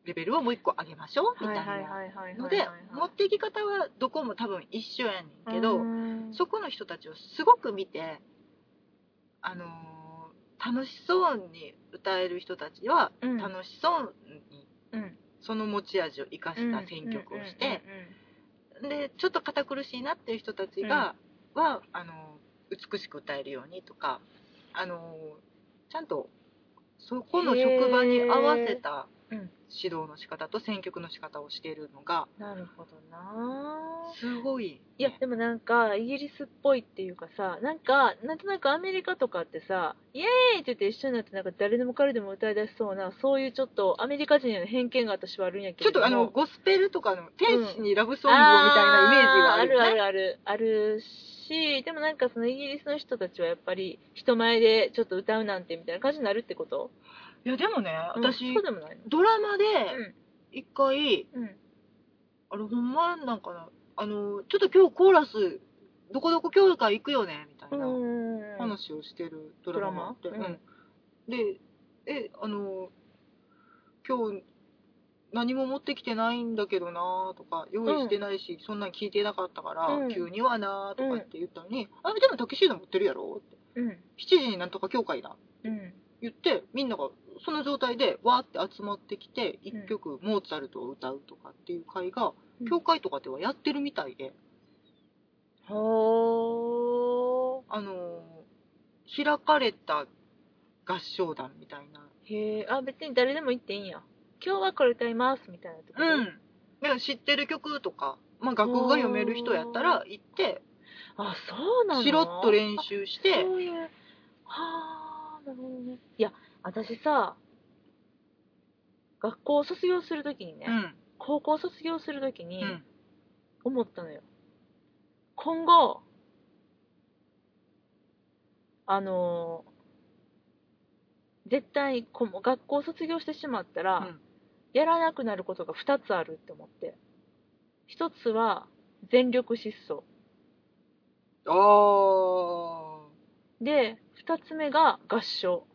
レベルをもう一個上げましょうみたいな、いはののでで、持もっていき方はどこも多分一緒やねんけけど、ど、そそこの人たちをすごく見て、あのー楽しそうに歌える人たちは、うん楽しそうにうんその持ち味を生かししたた選選曲曲ををししてて、、でちょっと堅苦しいなっていう人たちが、はあのー美しく歌えるようにとか、あのーちゃんとそこの職場に合わせたへーうん指導の仕方と選曲の仕方をしているのがなるほどなすごい、いや、でもなんか、イギリスっぽいっていうかさ、なんか、なんとなくアメリカとかってさ、イエーイって言って一緒になって、なんか誰でも彼でも歌い出しそうな、そういうちょっとアメリカ人への偏見が私はあるんやけちれょっども。とあの、ゴスペルとかの天使にラブソングをみたいなイメージあがあるよーね。あるあるあるあるしでもなんかそのイギリスの人たちはやっぱり人前でちょっと歌うなんてみたいな感じになるってこといやでもね、う私んそうでもないのドラマでうん一回、うんあれほんまなんかな、あのちょっと今日コーラスどこどこ協会行くよねみたいなうん話をしてるドラマがあって、ドラマうんでえあの今日何も持ってきてないんだけどなとか用意してないし、そんなん聞いてなかったから、うん急にはなとかって言ったのに、あでもタキシード持ってるやろってうん7時になんとか協会だうん言ってみんながその状態でわーって集まってきてうん1曲モーツァルトを歌うとかっていう会うが、ん教会とかではやってるみたいで、ほあのー開かれた合唱団みたいな、ーへえあ別に誰でも行っていいんや今日はこれ歌いますみたいなとこだから知ってる曲とか、まあ、楽譜が読める人やったら行ってあそうなのしろっと練習してそういうはあなるほどねいや私さ学校を卒業するときにね、うん高校卒業するときにうん思ったのよ、今後あのー絶対こも学校卒業してしまったら、うんやらなくなることが2つあるって思って1つは全力疾走あーで2つ目が合唱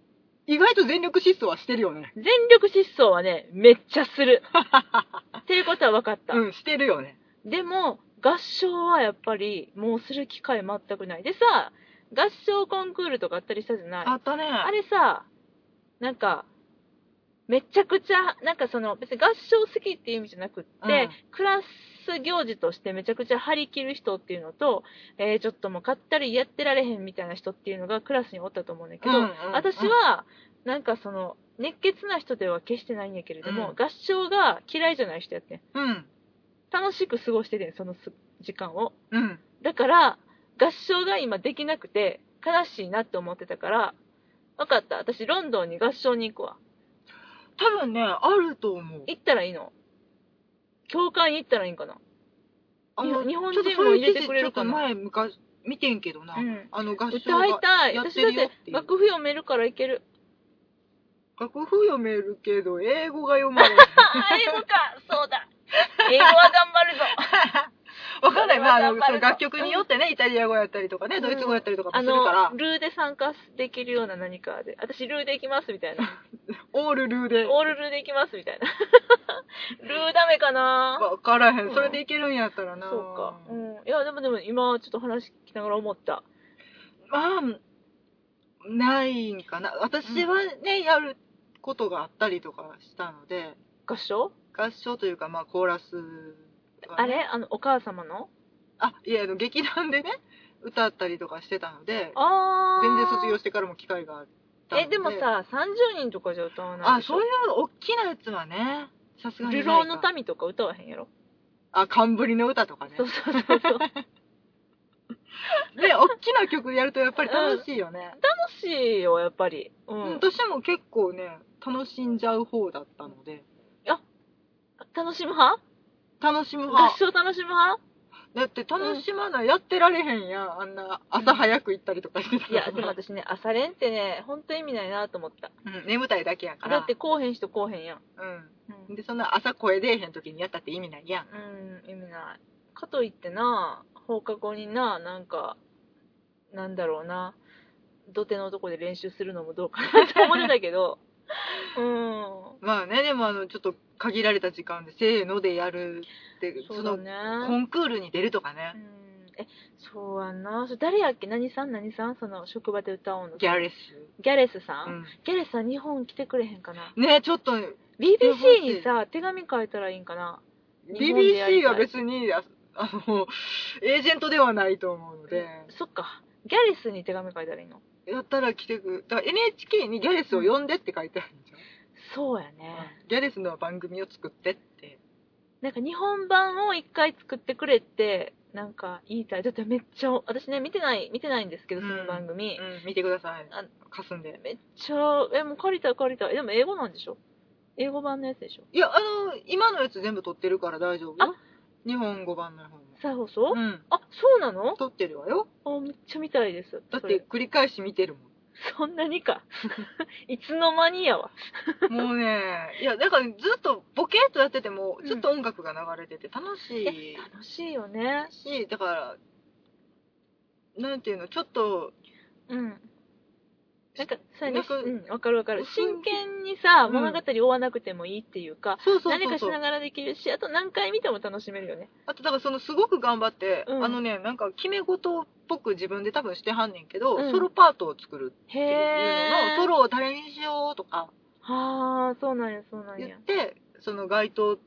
意外と全力疾走はしてるよね全力疾走はねめっちゃす [laughs] るっていうことは分かった、うんしてるよねでも合唱はやっぱりもうする機会全くないでさ合唱コンクールとかあったりしたじゃないあったねあれさなんかめちゃくちゃなんかその別に合唱好きっていう意味じゃなくって、うんクラス行事としてめちゃくちゃ張り切る人っていうのと、えーちょっともうかったりやってられへんみたいな人っていうのがクラスにおったと思うんだけど、うんうんうん私はなんかその熱血な人では決してないんやけれども、うん合唱が嫌いじゃない人やってんうん楽しく過ごしててんそのす時間をうんだから合唱が今できなくて悲しいなって思ってたから分かった私ロンドンに合唱に行くわ多分ねあると思う行ったらいいの教会に行ったらいいんかな。あの日本ちょっと人そもう入いれうて記事くれちょるっとかな。前昔見てんけどな、うん。あの合唱歌いがたい。やっ私てだっるよてっていう楽譜読めるからいける。楽譜読めるけど英語が読ま [laughs] れなあ、い英語か。そう [laughs] だ。英語は頑張るぞ。わかんない、まあ、あ頑の張そるのぞ楽曲によってねイタリア語やったりとかねドイツ語やったりとかもあするから、の、ルーで参加できるような何かで。私、ルーで行きますみたいな。オールルーでオールルーで行きますみたいな。 [laughs] ルーダメかなわからへん、うんそれでいけるんやったらなそうか。うん。いや、でもでも今ちょっと話聞きながら思った。まあないんかな私はね、やることがあったりとかしたので合唱合唱というかまあコーラスあがねれあの、お母様のあいやあの劇団でね歌ったりとかしてたのでああ。全然卒業してからも機会があったのえ、でもさ、30人とかじゃ歌わないあでしょそういう大きなやつはねさすがにない流か浪の民とか歌わへんやろあ冠の歌とかねそうそうそう [laughs] そう。楽で大きな曲やるとやっぱり楽しいよね、しいよ、やっぱり。うん。私も結構ね楽しんじゃう方だったので楽しむ派楽しむ合派唱楽しむ派だって楽しまない、やってられへんやんあんな朝早く行ったりとかしてたいや、でもら、私ね、朝練ってね、ほんと意味ないなと思った。うん、眠たいだけやからだって、こうへん人こうへんやん。ううんん。でそんな朝声出えへん時にやったって意味ないやんうん、意味ない。かといってな、放課後にな、なんか、なんだろうな、土手のとこで練習するのもどうかなと思ってたけど、 [laughs] うん。まあねでもあのちょっと限られた時間でせーのでやるってそうだのコね。ンクールに出るとかねう、ん。え、そうやんな。それ誰やっけ何さん何さんその職場で歌おうの。ギャレス、ギャレスさん、うギャレスさん日本来てくれへんかな。ん、ねちょっと BBC にさ、手紙書いたらいいんかな。日本でやりた BBC いは別にああのエージェントではないと思うので、そっか。ギャレスに手紙書いたらいいの。やったら来てくだから NHK にギャレスを呼んでって書いてあるんじゃんそうやね。ギャレスの番組を作ってってなんか日本版を一回作ってくれって、なんか言いたい。だってめっちゃ、私ね、見てない、見てないんですけど、うそんの番組。うん、見てくださいあ。かすんで。めっちゃ、え、もう借りたい借りたい。えでも英語なんでしょ英語版のやつでしょいや、あの、今のやつ全部撮ってるから大丈夫あよ。日本語版の方も。再放送、うん。あ、そうなの撮ってるわよ。あ、めっちゃ見たいです。だっそてれ、繰り返し見てるもん。そんなにか。 [laughs] いつの間にやわ。もうね、いや、だからずっとボケっとやってても、ずっと音楽が流れてて楽しい楽しいよね。し、だから、なんていうの、ちょっと、うん。なんか、そうやねなんかうん、わかるわかる。そう真剣にさ、うん物語追わなくてもいいっていうか、そうそう何そうかしそうな。がらできるし、あと何回見ても楽しめるよね。あと、だからそのすごく頑張って、うんあのね、なんか決め事っぽく自分で多分してはんねんけど、うんソロパートを作るへっていうえ。のの、ソロを誰にしようとか、はあ、そうなんや、そうなん言やっ。てその該当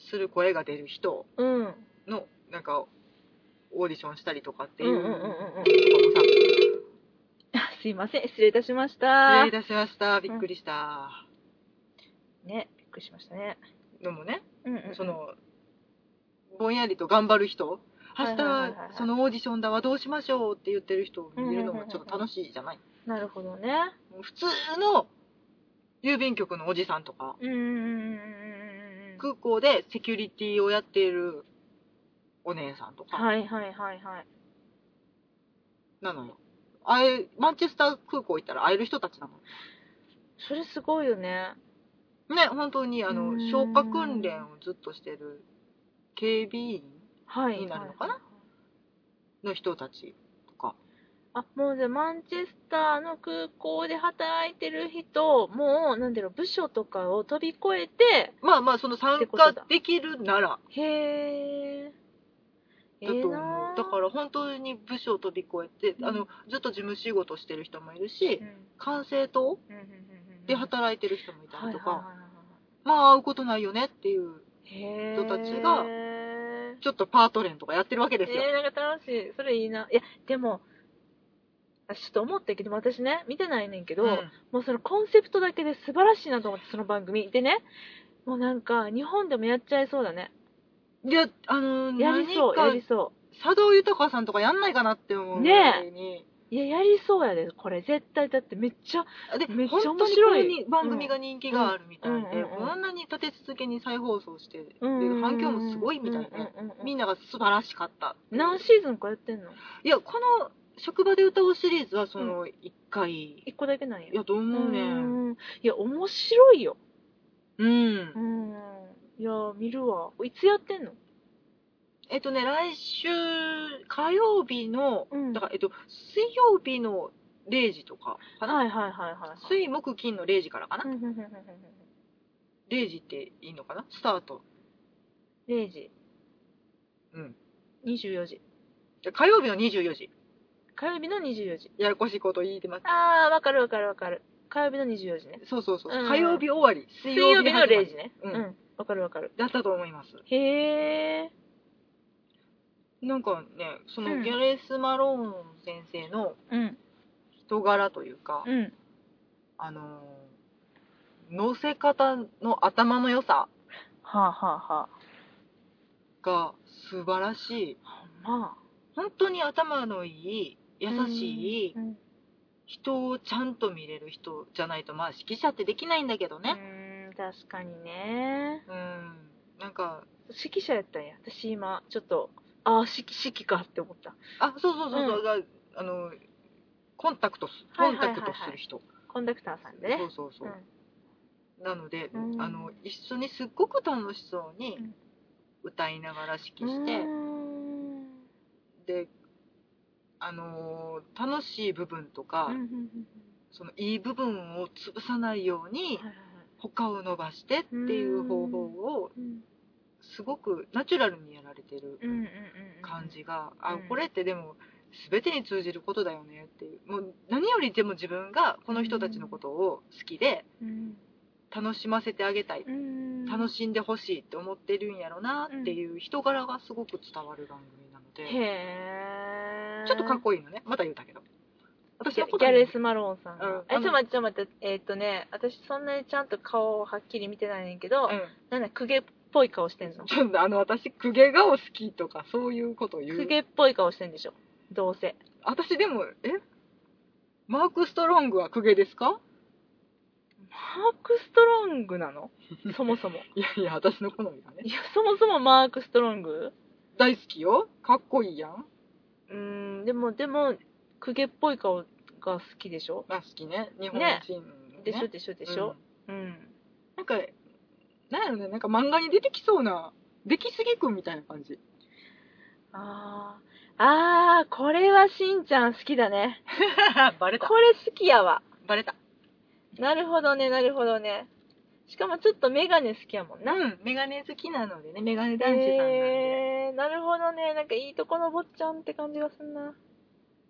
する声が出る人うん。のなんかオーディションしたりとかっていう,、うんうんうんうんうんとかもさすいません、失礼いたしまし失た礼い。たしましたびっくりした、ね、びっくりしましたね。のもねうんうん。そ、のぼんやりと頑張る人はいは明い日はいはいはそのオーディションだわどうしましょうって言ってる人を見るのもちょっと楽しいじゃないなるほどね。普通の郵便局のおじさんとかうんうんうんうんうんうん。空港でセキュリティをやっているお姉さんとか、はいはいはいはい。なのよ。あえ、マンチェスター空港行ったら会える人たちなの。それすごいよね。ね、本当に、あうのーん、消火訓練をずっとしてる警備員はい。になるのかなはいの人たちとか。あ、もうじゃあマンチェスターの空港で働いてる人、もう、なんていうの、部署とかを飛び越えて、まあまあ、その参ってこと加だできるならへえ。えだとえ思う。なだから本当に部署を飛び越えて、うんあの、ずっと事務仕事してる人もいるしうん、管制塔うんうんうんうんで働いてる人もいたはいりはいとはいか、はまあ会うことないよねっていう、いへえ人たちがえちょっとパート連とかやってるわけですよ。えなんか楽しい。それいいな。いや、でも、あちょっと思ったけど、私ね、見てないねんけど、うんもうそのコンセプトだけで素晴らしいなと思って、その番組。でね、もうなんか、日本でもやっちゃいそうだね。いや、あの、やりそう、や何かりそう。佐藤豊さんとかやんないかなって思うぐらいにいや、やりそうやで、これ絶対。だってめっちゃ、でめっちゃ本当にこれに番組が人気があるみたいで、うんうんうんうんこんなに立て続けに再放送して、でうん反響もすごいみたいで、うんうんうんみんなが素晴らしかった何シーズンかやってんのいやこの「職場で歌おう」シリーズはその1回、一個だけなんや。いやと思うねんん。いや、面白いよ。うんうん。いや、見るわ。いつやってんのえっとね来週火曜日のうんだからえっと水曜日の0時とかかな、はいはいはいはい。水木金の0時からかな、うんうんうんうんうん0時っていいのかなスタート0時。うん24時。じゃ火曜日の24時火曜日の24時。ややこしいこと言ってますあー、わかるわかるわかる。火曜日の24時ね。そうそうそう、うん火曜日終わり水水曜日の始まり0時ね。ううんん。わかるわかる。だったと思いますへー。なんかねそうのんギャレス・マローン先生のうん。人柄というか、うん。あのー乗せ方の頭の良さはあはあはが素晴らしいあ。まあ。本当に頭のいい優しいうん。人をちゃんと見れる人じゃないとまあ指揮者ってできないんだけどうねん、確かにね。うんなんか指揮者やったんや私今ちょっとああ指揮指揮かって思ったあそうそうそうそう、うんがあのーコンタクトすコはいンはいはいタはいクトする人、コンダクターさんでねそうそうそう、なので、うんあの一緒にすっごく楽しそうにうん歌いながら指う揮んして、うーんであのー楽しい部分とか、うんうんうんそのいい部分を潰さないよううんにはいはいはい他を伸ばしてっていう方法をうんすごくナチュラルにやられてるうんうんうんうん感じが、あうんこれってでも全てに通じることだよねっていうもう何よりでも自分がこの人たちのことを好きでうん楽しませてあげたいうん楽しんでほしいって思ってるんやろなっていう人柄がすごく伝わる番組なので、へえちょっとかっこいいのねまた言うたけど私ギのャことギャにレス・マローンさんが、うんえちあょのっと待ってちょっと待ってえーっとね私そんなにちゃんと顔をはっきり見てないねんけど、うなんだクゲっぽい顔してんのん、ちょっとあの私公家顔好きとかそういうこと言うクゲっぽい顔してんでしょどうせ私でもえマーク・ストロングは公家ですかマーク・ストロングなのそもそもいやいや私の好みがねいや、そもそもマーク・ストロング大好きよかっこいいやんうーん、でも、でも、公家っぽい顔が好きでしょあ好きね日本人、ねねでしょでしょでしょ、うん。うんなんかなんやろねなんか漫画に出てきそうな出来すぎくんみたいな感じあー、あー、これはしんちゃん好きだね。 [laughs] バレこれ好きやわ。バレたなるほどね、なるほどね。しかもちょっとメガネ好きやもんな。うんメガネ好きなのでねメガネ男子さんなんで、えー、なるほどね。なんかいいとこの坊っちゃんって感じがすんな。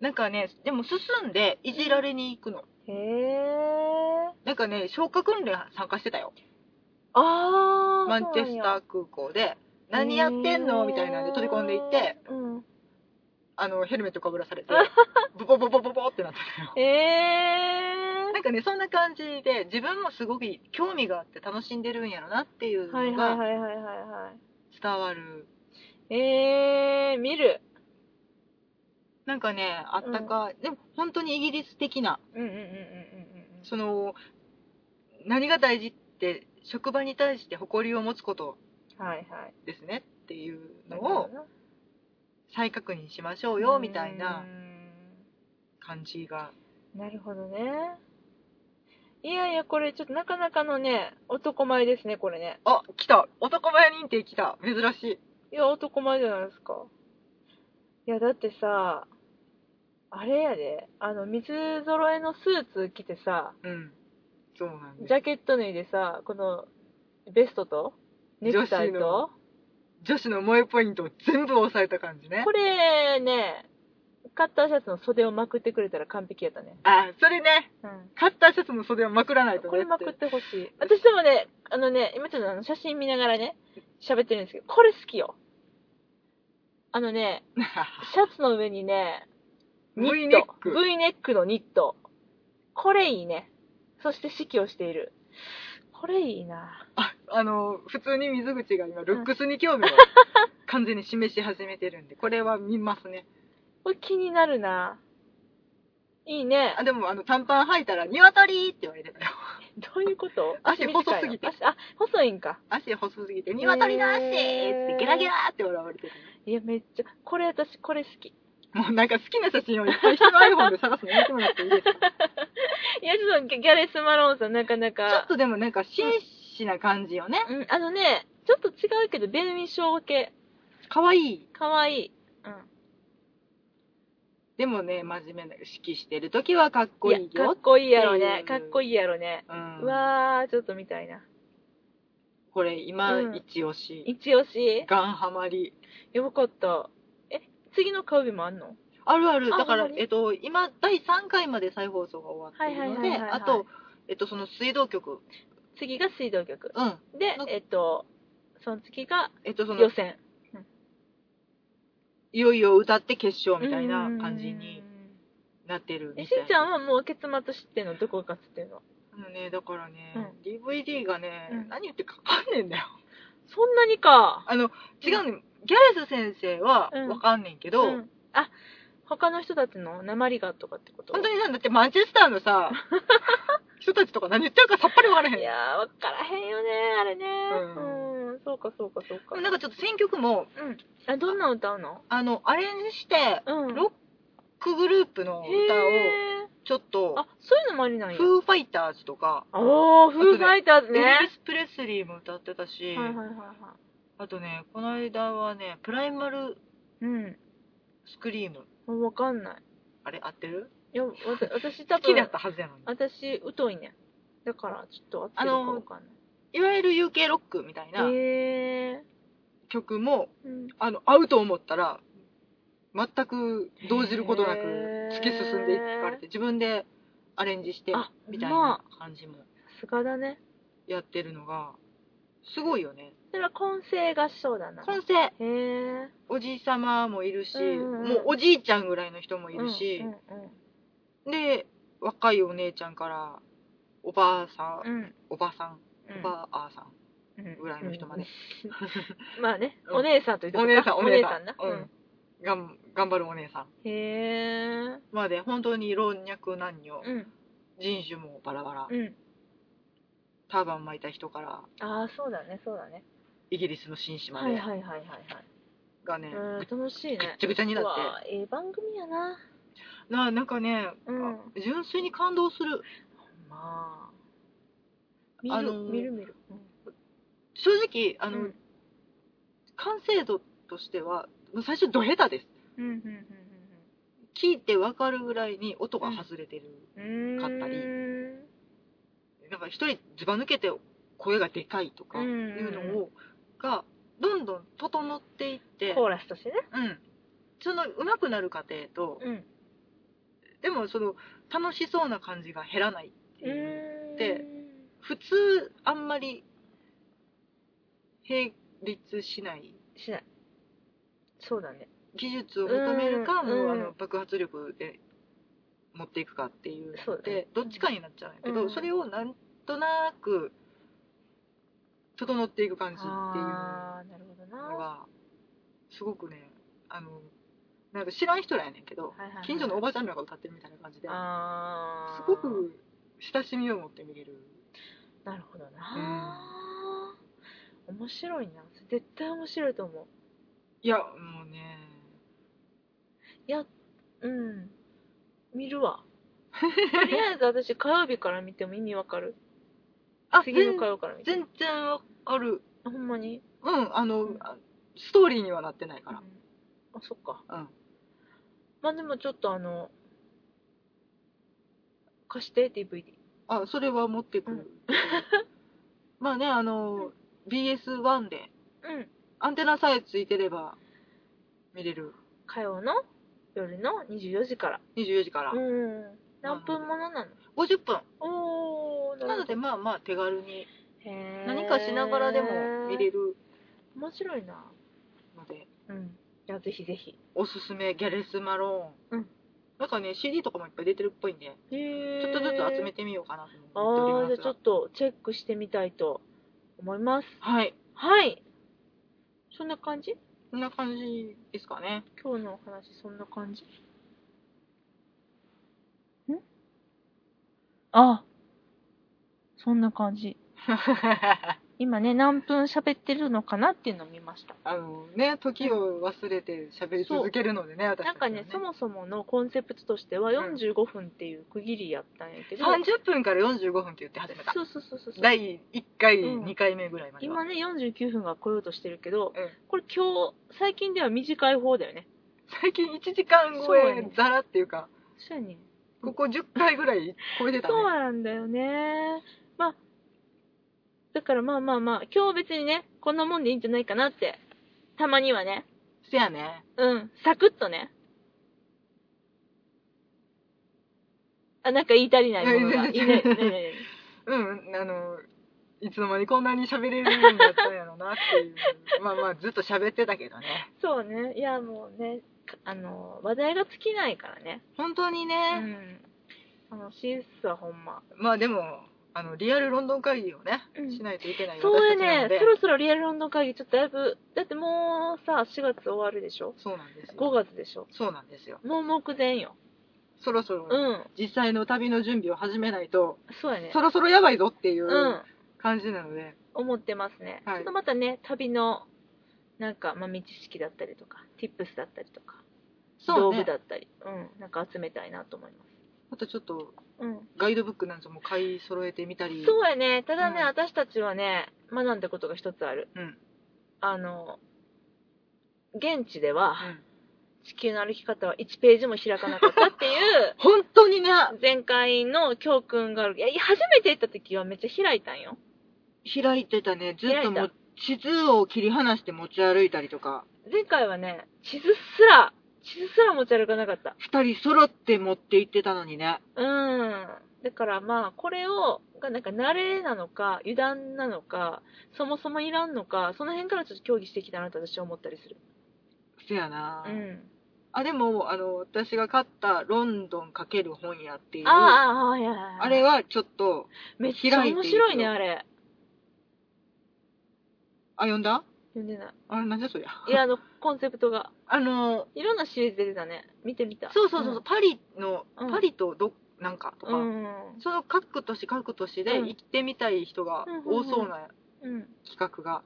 なんかねでも進んでいじられに行くのへー。なんかね消化訓練参加してたよあー。マンチェスター空港で「何やってんの?」みたいなんで飛び込んでいって、そうなんやあのヘルメットかぶらされてボボボボボボってなってたようん。えー。なんかねそんな感じで自分もすごく興味があって楽しんでるんやろなっていうはいのはいはがいはいはいは伝わる、い。えー、見る。なんかねあったかい、でも本当にイギリス的なうんうんうんうんうんうん。その何が大事って職場に対して誇りを持つことはいはい。ですねっていうのを再確認しましょうよみたいな感じがうーん。なるほどね。いやいや、これちょっとなかなかのね、男前ですね、これね。あ来た男前認定来た珍しいいや、男前じゃないですか。いや、だってさ、あれやで、あの、水揃えのスーツ着てさ、うんそうなんですジャケット脱いでさ、この、ベストと、ネクタイ女子のと、女子の萌えポイントを全部押さえた感じねこれね、カッターシャツの袖をまくってくれたら完璧やったね。あそれねカッターシャツの袖はまくらないとねこれまくっててほしい。私でもね、あのね、今ちょっとあの写真見ながらね、喋ってるんですけど、これ好きよ。あのね、シャツの上にね、ニット V ネック V ネックのニット。これいいね。そして指揮をしている。これいいな。あ [laughs] あの普通に水口が今ルックスに [laughs] 興味を完全に示し始めてるんでこれは見ますねこれ気になるな。いいねあ。でもあの短パン履いたら「鶏!」って言われてたよどういうこと短足いの細すぎて足あ、細いんか。足細すぎて「鶏の足!」ってゲラゲラって笑われてるいや、めっちゃ、これ私、これ好き。もうなんか好きな写真をいっぱい人の iPhone で探すのやめてもらってい [laughs] いですかいや、ちょっとギャレス・マロンさん、なかなちょっか。とでもなんか紳士な感じよねうん、あのね、ちょっと違うけど、紅症系。可愛いかわいい。うん。でもね真面目な指揮してる時はかっこいいいやかよっこいいやろうねん。かっこいいやろね。うんうわー、ちょっと見たいな。これ今、うん一押し一押しガンハマりよかった。え、次の火曜日もあんのあるあるあだかほらんま、にえっと、今第3回まで再放送が終わっているはいのはでいはいはいはいあと、えっと、その水道局次が水道局。うんでの、えっと、その次がえっとその予選。いよいよ歌って決勝みたいな感じにうん。なってるえ、みしたいんちゃんはもう結末知ってんのどこか知ってんのもうねだからね、DVD がね、うん何言ってかかんねえんだよそんなにか。あの違うね、ギャレス先生はうんわかんねんけど、んあ、他の人たちの鉛がとかってこと本当になんだってマンチェスターの [laughs] さ人たちとか何言ってるかさっぱりわからへんいやー、わからへんよね、あれね。ううん、そうかそうかそうか。なんかちょっと選曲もあ、どんな歌うのあのアレンジしてうん。ロックグループの歌をへちょっーとあ、そういうのもありなんや。フーファイターズとかおー、フーファイターズエね。ルはビス・プレスリーも歌ってたし、いはいはいはあとねこの間はねプライマルい。うんスクリームあ。わかんない。あれ合ってるいや、わ [laughs] た私多好きだ分っ、たはずやのに私、疎いね。だから、ちょっと合ってるかわかんいわゆる UK ロックみたいなない。へえ。曲も、うんあの合うと思ったら全く動じることなくへー突き進んでいかれて自分でアレンジしてあみたいな感じもさすがだね。やってるのがすごいよねそれは混声合唱だな。混声へえ。おじいさまもいるし、うんうんうんもうおじいちゃんぐらいの人もいるしうん、うで若いお姉ちゃんからおばあさん、んうん。おばさん、うんおばあさんうんぐらいの人まで、まあね、うんお姉さんというとおこか姉さんお姉さんな。ううんがん頑張るお姉さんん。へえ。まで本当に老若男女、うん。人種もバラバラ、うん。ターバン巻いた人からああ、そうだね、そうだね。イギリスの紳士まはいではいはいはいがね、はい。うん、楽しいね。ぐっちゃぐちゃになっうわーええ番組やな。てななんかね、うんあ純粋に感動するまあ。見る、あのー見る見る。うん正直あの、うん完成度としてはもう最初ド下手ですうんうん聞いてわかるぐらいに音が外れてる、うんうん。買ったりうなんか一人ずば抜けて声がでかいとかいうのを、がどんどん整っていってーん。、コーラスとしてね。うん、その上手くなる過程と、うん。でもその楽しそうな感じが減らないっていう。うーんで、普通あんまり並立しないしない。そうだね。技術を求めるか、うんもうあうのん爆発力で持っていくかっていうそうのだでねどっちかになっちゃうんやけど、うんそれをなんとなく整っていく感じっていうああ、なるほどのな。がすごくねあのなんか知らん人らやねんけどはいはいはい近所のおばちゃんらが歌ってるみたいな感じでああ。すご。く親しみを持って見れる。なるほどな。面白いな。それ絶対面白いと思いやもうねう。うん。見る [laughs] わ。とりあえず私、火曜日から見ても意味わかるあ次の火曜から見ても。全然わかるあほんまにうんあの、うんあストーリーにはなってないからあそっかうんまあでもちょっとあの貸して DVD あそれは持ってくる、 [laughs] うんまあねあの、BS1 でうんアンテナさえついてれば見れる火曜の夜の24時から24時から、うん何分ものなの50分おおなのででまあまあ手軽に何かしながらでも見れる面白いなのでうんいやぜひぜひおすすめギャレス・マローン、うんなんかね CD とかもいっぱい出てるっぽいんでちちょょっとずつ集めてみようかなと思あっあてじゃあおりますちょがっとチェックしてみたいと思いますはいはいそんな感じこんな感じですかね今日のお話そんな感じあそんな感 [laughs] じ。今ね、何分喋ってるのかなっていうのを見ました。あのね、時を忘れて喋り続けるのでね、私なたんちはかね、そもそものコンセプトとしてはん45分っていう区切りやったんやけど、 30分から45分って言って始めたそ。うそうそうそうそう。第1回、うん2回目ぐらいまでは。今ね、49分が来ようとしてるけど、うんこれ今日、最近では短い方だよね。最近1時間超そうやえね、ザラっていうか、そうやね。ここ10回ぐらい超えてたねそう。なんだよね。まあ、だからまあまあまあ、今日別にね、こんなもんでいいんじゃないかなって、たまにはね、せやね。うん、サクッとね。あ、なんか言い足りないものが。いや言全いな然いないないないうん、あの、いつの間にこんなに喋れるようになったんやろなっていう。まあまあ、ずっと喋ってたけどね。そうね。いや、もうね、かあの、話題が尽きないからね。本当うにね、ん。楽しいっすわ、ほんま。まあでも、あの、リアルロンドン会議をね、うんしないといけないそうや私たちなのねで。。そろそろリアルロンドン会議、ちょっとだいぶ、だってもうさ、4月終わるでしょそうなんです ?5 よ。月でしょそうなんですよ。もう目前よ。そろそろ、うん。実際の旅の準備を始めないと、そうやね。そ。ろそろやばいぞっていううん感じなので、思ってますね。はいちょっとまたね、旅の、なんか、豆知識だったりとか、tips だったりとか。そうね道具だったり、うん、なんか集めたいなと思います。あとちょっとうん、ガイドブックなんぞも買い揃えてみたり、そうやね、ただね、うん私たちはね、学んだことが一つある。うんあの、現地ではう、ん地球の歩き方は1ページも開かなかったってい [laughs] う、本当にね、前回の教訓がある。いや、初めて行った時はめっちゃ開いたんよ。開いてたね、ずっとも開いう地図を切り離して持ち歩いたりとか、前回はね、地図すら、地図すら持ち歩かなかった。二人揃って持って行ってたのにね。うん。だからまあ、これを、がなんか慣れなのか、油断なのか、そもそもいらんのか、その辺からちょっと協議してきたなと私は思ったりする。せやな、うん。あ、でも、あの、私が買ったロンドン×本屋っていう、あああ、ああ、いやいやいやれはちょっと、めっちゃ面白いね、あ開れ。あ、読んだ読んでない。あれ、なんじゃそりゃ。いや、あの、コンセプトが。 [laughs] あの、いろんなシリーズ出てたね。見てみた。そうそうそう、パリの、うんパリとど、なんかとうか、ん。うん。その各都市各都市でうん行ってみたい人が多そうなうん。企画が、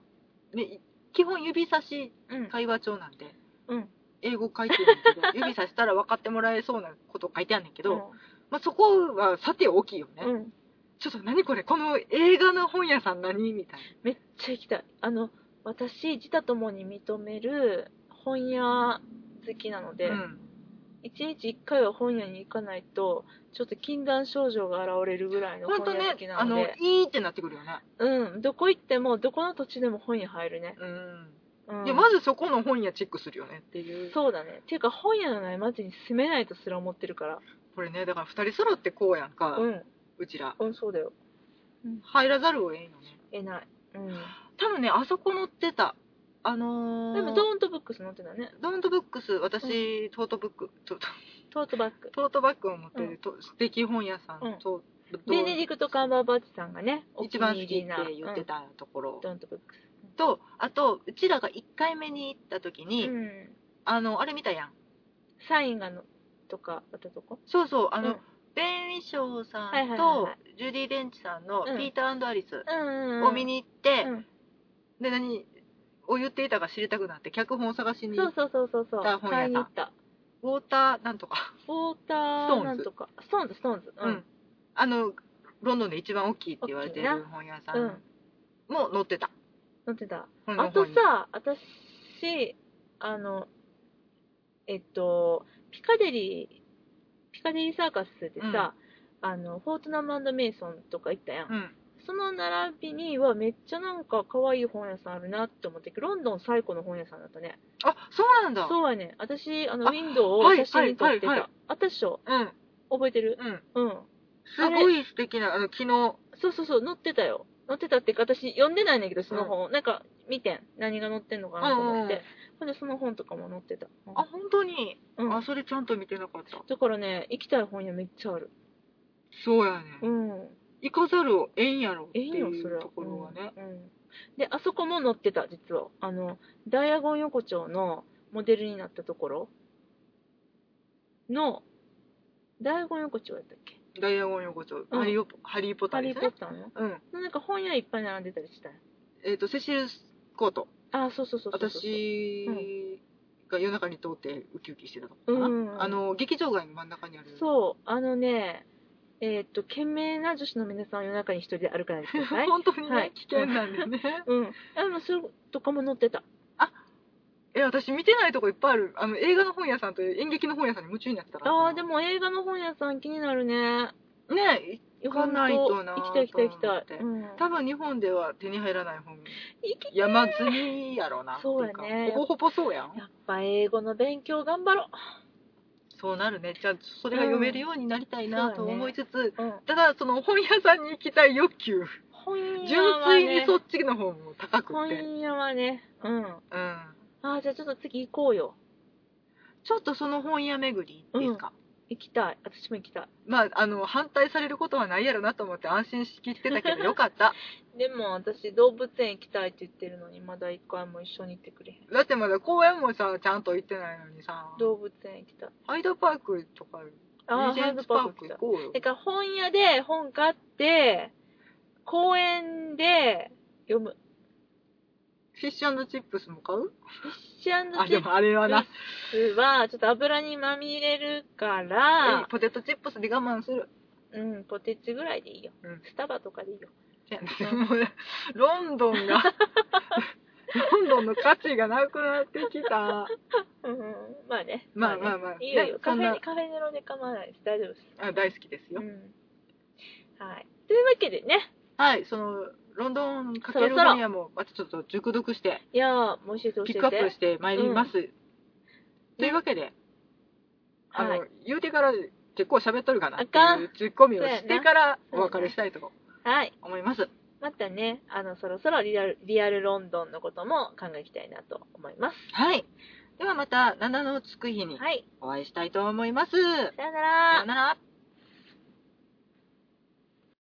でい基本指差しうん。会話帳なんで、うん英語書いてるんだけど [laughs] 指差したら分かってもらえそうなこと書いてあるんだけど、まあ、そこはさて大きいよね、うん。ちょっと何これこの映画の本屋さん何みたいめっちゃ行きたい。あの、私、自他ともに認める本屋好きなので、な、うん、一日一回は本屋に行かないとちょっと禁断症状が現れるぐらいの本当本ね屋好きなあのので、いいってなってくるよね、うんどこ行ってもどこの土地でも本屋入るね、うんうん、いやまずそこの本屋チェックするよねっていうそうだねっていうか本屋のない街に住めないとすら思ってるからこれねだから2人揃ってこうやんか、ううんちらうんそうだよ入らざるを得んよねえない、う多分ねあそこ乗ってたあのん、ー、でもドーンとブックス載ってたねドントブックス私、トートブックトトートバッグ [laughs] トートバッグを持ってると、素敵本屋さうんんと、ドベネディクト・カンバーバッチさんがねお気一番に好きっ入てりな言ってたとこうろん、ドーンとブックとあとうちらが1回目に行った時ス、に、うん、あのあれ見たやんサインがのとかあったとこそうそうあの、うんベン・ウィショーさはいはいはいんとはいジュディ・デンチさんのうん「ピーターアリスうんうん、」うん、を見に行って、うんで何を言っていたか知りたくなって脚本を探しにそうそうそうそうそ行ったう本屋さん買いに行ったウォーターなんとか、ウォーターなんとか、ストーンズ、ストーンズ。うん。あのロンドンで一番大きいって言われ大てきいるな本屋さうんんも載ってた、乗ってた。このあと本にさ、私、あの、えっと、ピカデリー、ピカデリーサーカスでさ、あの、フォートナムメイソンとか行ったやん。うんその並びにはめっちゃなんか可愛い本屋さんあるなって思って、ロンドン最古の本屋さんだったね。あそうなんだそうやね。私、あの、ウあィンドウをはい写真に撮ってはいはいはた。あったっしょうん覚えてるうんうん。すごい素敵なあの昨日そうそうそう、載ってたよ。載ってたっていうか、私、読んでないんだけど、その本、なんか、見てん。何が載ってんのかなと思って。うんうんうんほんで、その本とかも載ってた。あ本当に、うん。あそれちゃんと見てなかっただからね、行きたい本屋めっちゃある。そうやね、うん。行かざるをえんやろってええよ、いそれうは。ところはね、うん。うんで、あそこも載ってた、実は。あの、ダイアゴン横丁のモデルになったところの、ダイアゴン横丁やったっけダイヤゴン横丁、うんハリーポハリー・ポッタハーリでー・すポッね。ターのうん。なんか本屋いっぱい並んでたりしたいえっ、と、セシル・コート。あそうそうそうそう私が夜中に通ってウキウキしてたのかうな。んあの、劇場街の真ん中にある。う。そうあのねえーっと賢明な女子の皆さんは夜中に一人で歩かないでくださ [laughs] い本当にね、はい危険なんでね。うんあでもそれとかも載ってた [laughs] え、私見てないとこいっぱいある。あの、映画の本屋さんと演劇の本屋さんに夢中になってたからな。あーでも映画の本屋さん気になるねね行かないとなーほん行きたい行きたい行きたいと、うん、多分日本では手に入らない本。行き山積みやろうな。そうやねっていかほぼほぼそうやん。やっぱ英語の勉強頑張ろそうなるね。じゃあ、それが読めるようになりたいなと思いつつ、う、うん、ただ、その本屋さんに行きたい欲求、本屋純は、ね、粋にそっちの方も高くて。本屋はねうんうん。あーじゃあちょっと次行こうよちょっとその本屋巡りいいですか、行きたい私も行きたまあ、あの、反対されることはないやろなと思って安心しきってたけど、よかった。いでも私動物園行きたいって言ってるのにまだ一回も一緒に行ってくれへんだってまだ公園もさ、ちゃんと行ってないのにさ、動物園行きたいハイドパークとか、あリージェンツパー行クきた行いこうよだ。から本屋で本買って公園で読むフィッシュチップスも買うフィッシュあ、チでップもあれはな、スはちょっと油にまみれるからポテトチップスで我慢する。うんポテチぐらいでいいよ、うんスタバとかでいいよいやもうロンドン [laughs] が、ロンドンの価値がなくなってきた。うんまあねまあねまあまあいいよいいよねカそフんなェカフェネロで構わないです大丈夫ですあ大好きですよう。んはい。というわけでね、はい、その、ロンドンかそけるろそろ本屋も、またちょっと熟読して、いやー、もう教えて教えて。ピックアップしてまいります。というわけで、あの、はい言うてから結構喋っとるかなってあかいんうツッコミをしてからお別れしたいとはい。思います。またね、あの、そろそろリアルリアルロンドンのことも考えていきたいなと思います。はい。ではまた、7のつく日にはい。お会いしたいと思います。さよなさよらう。なら。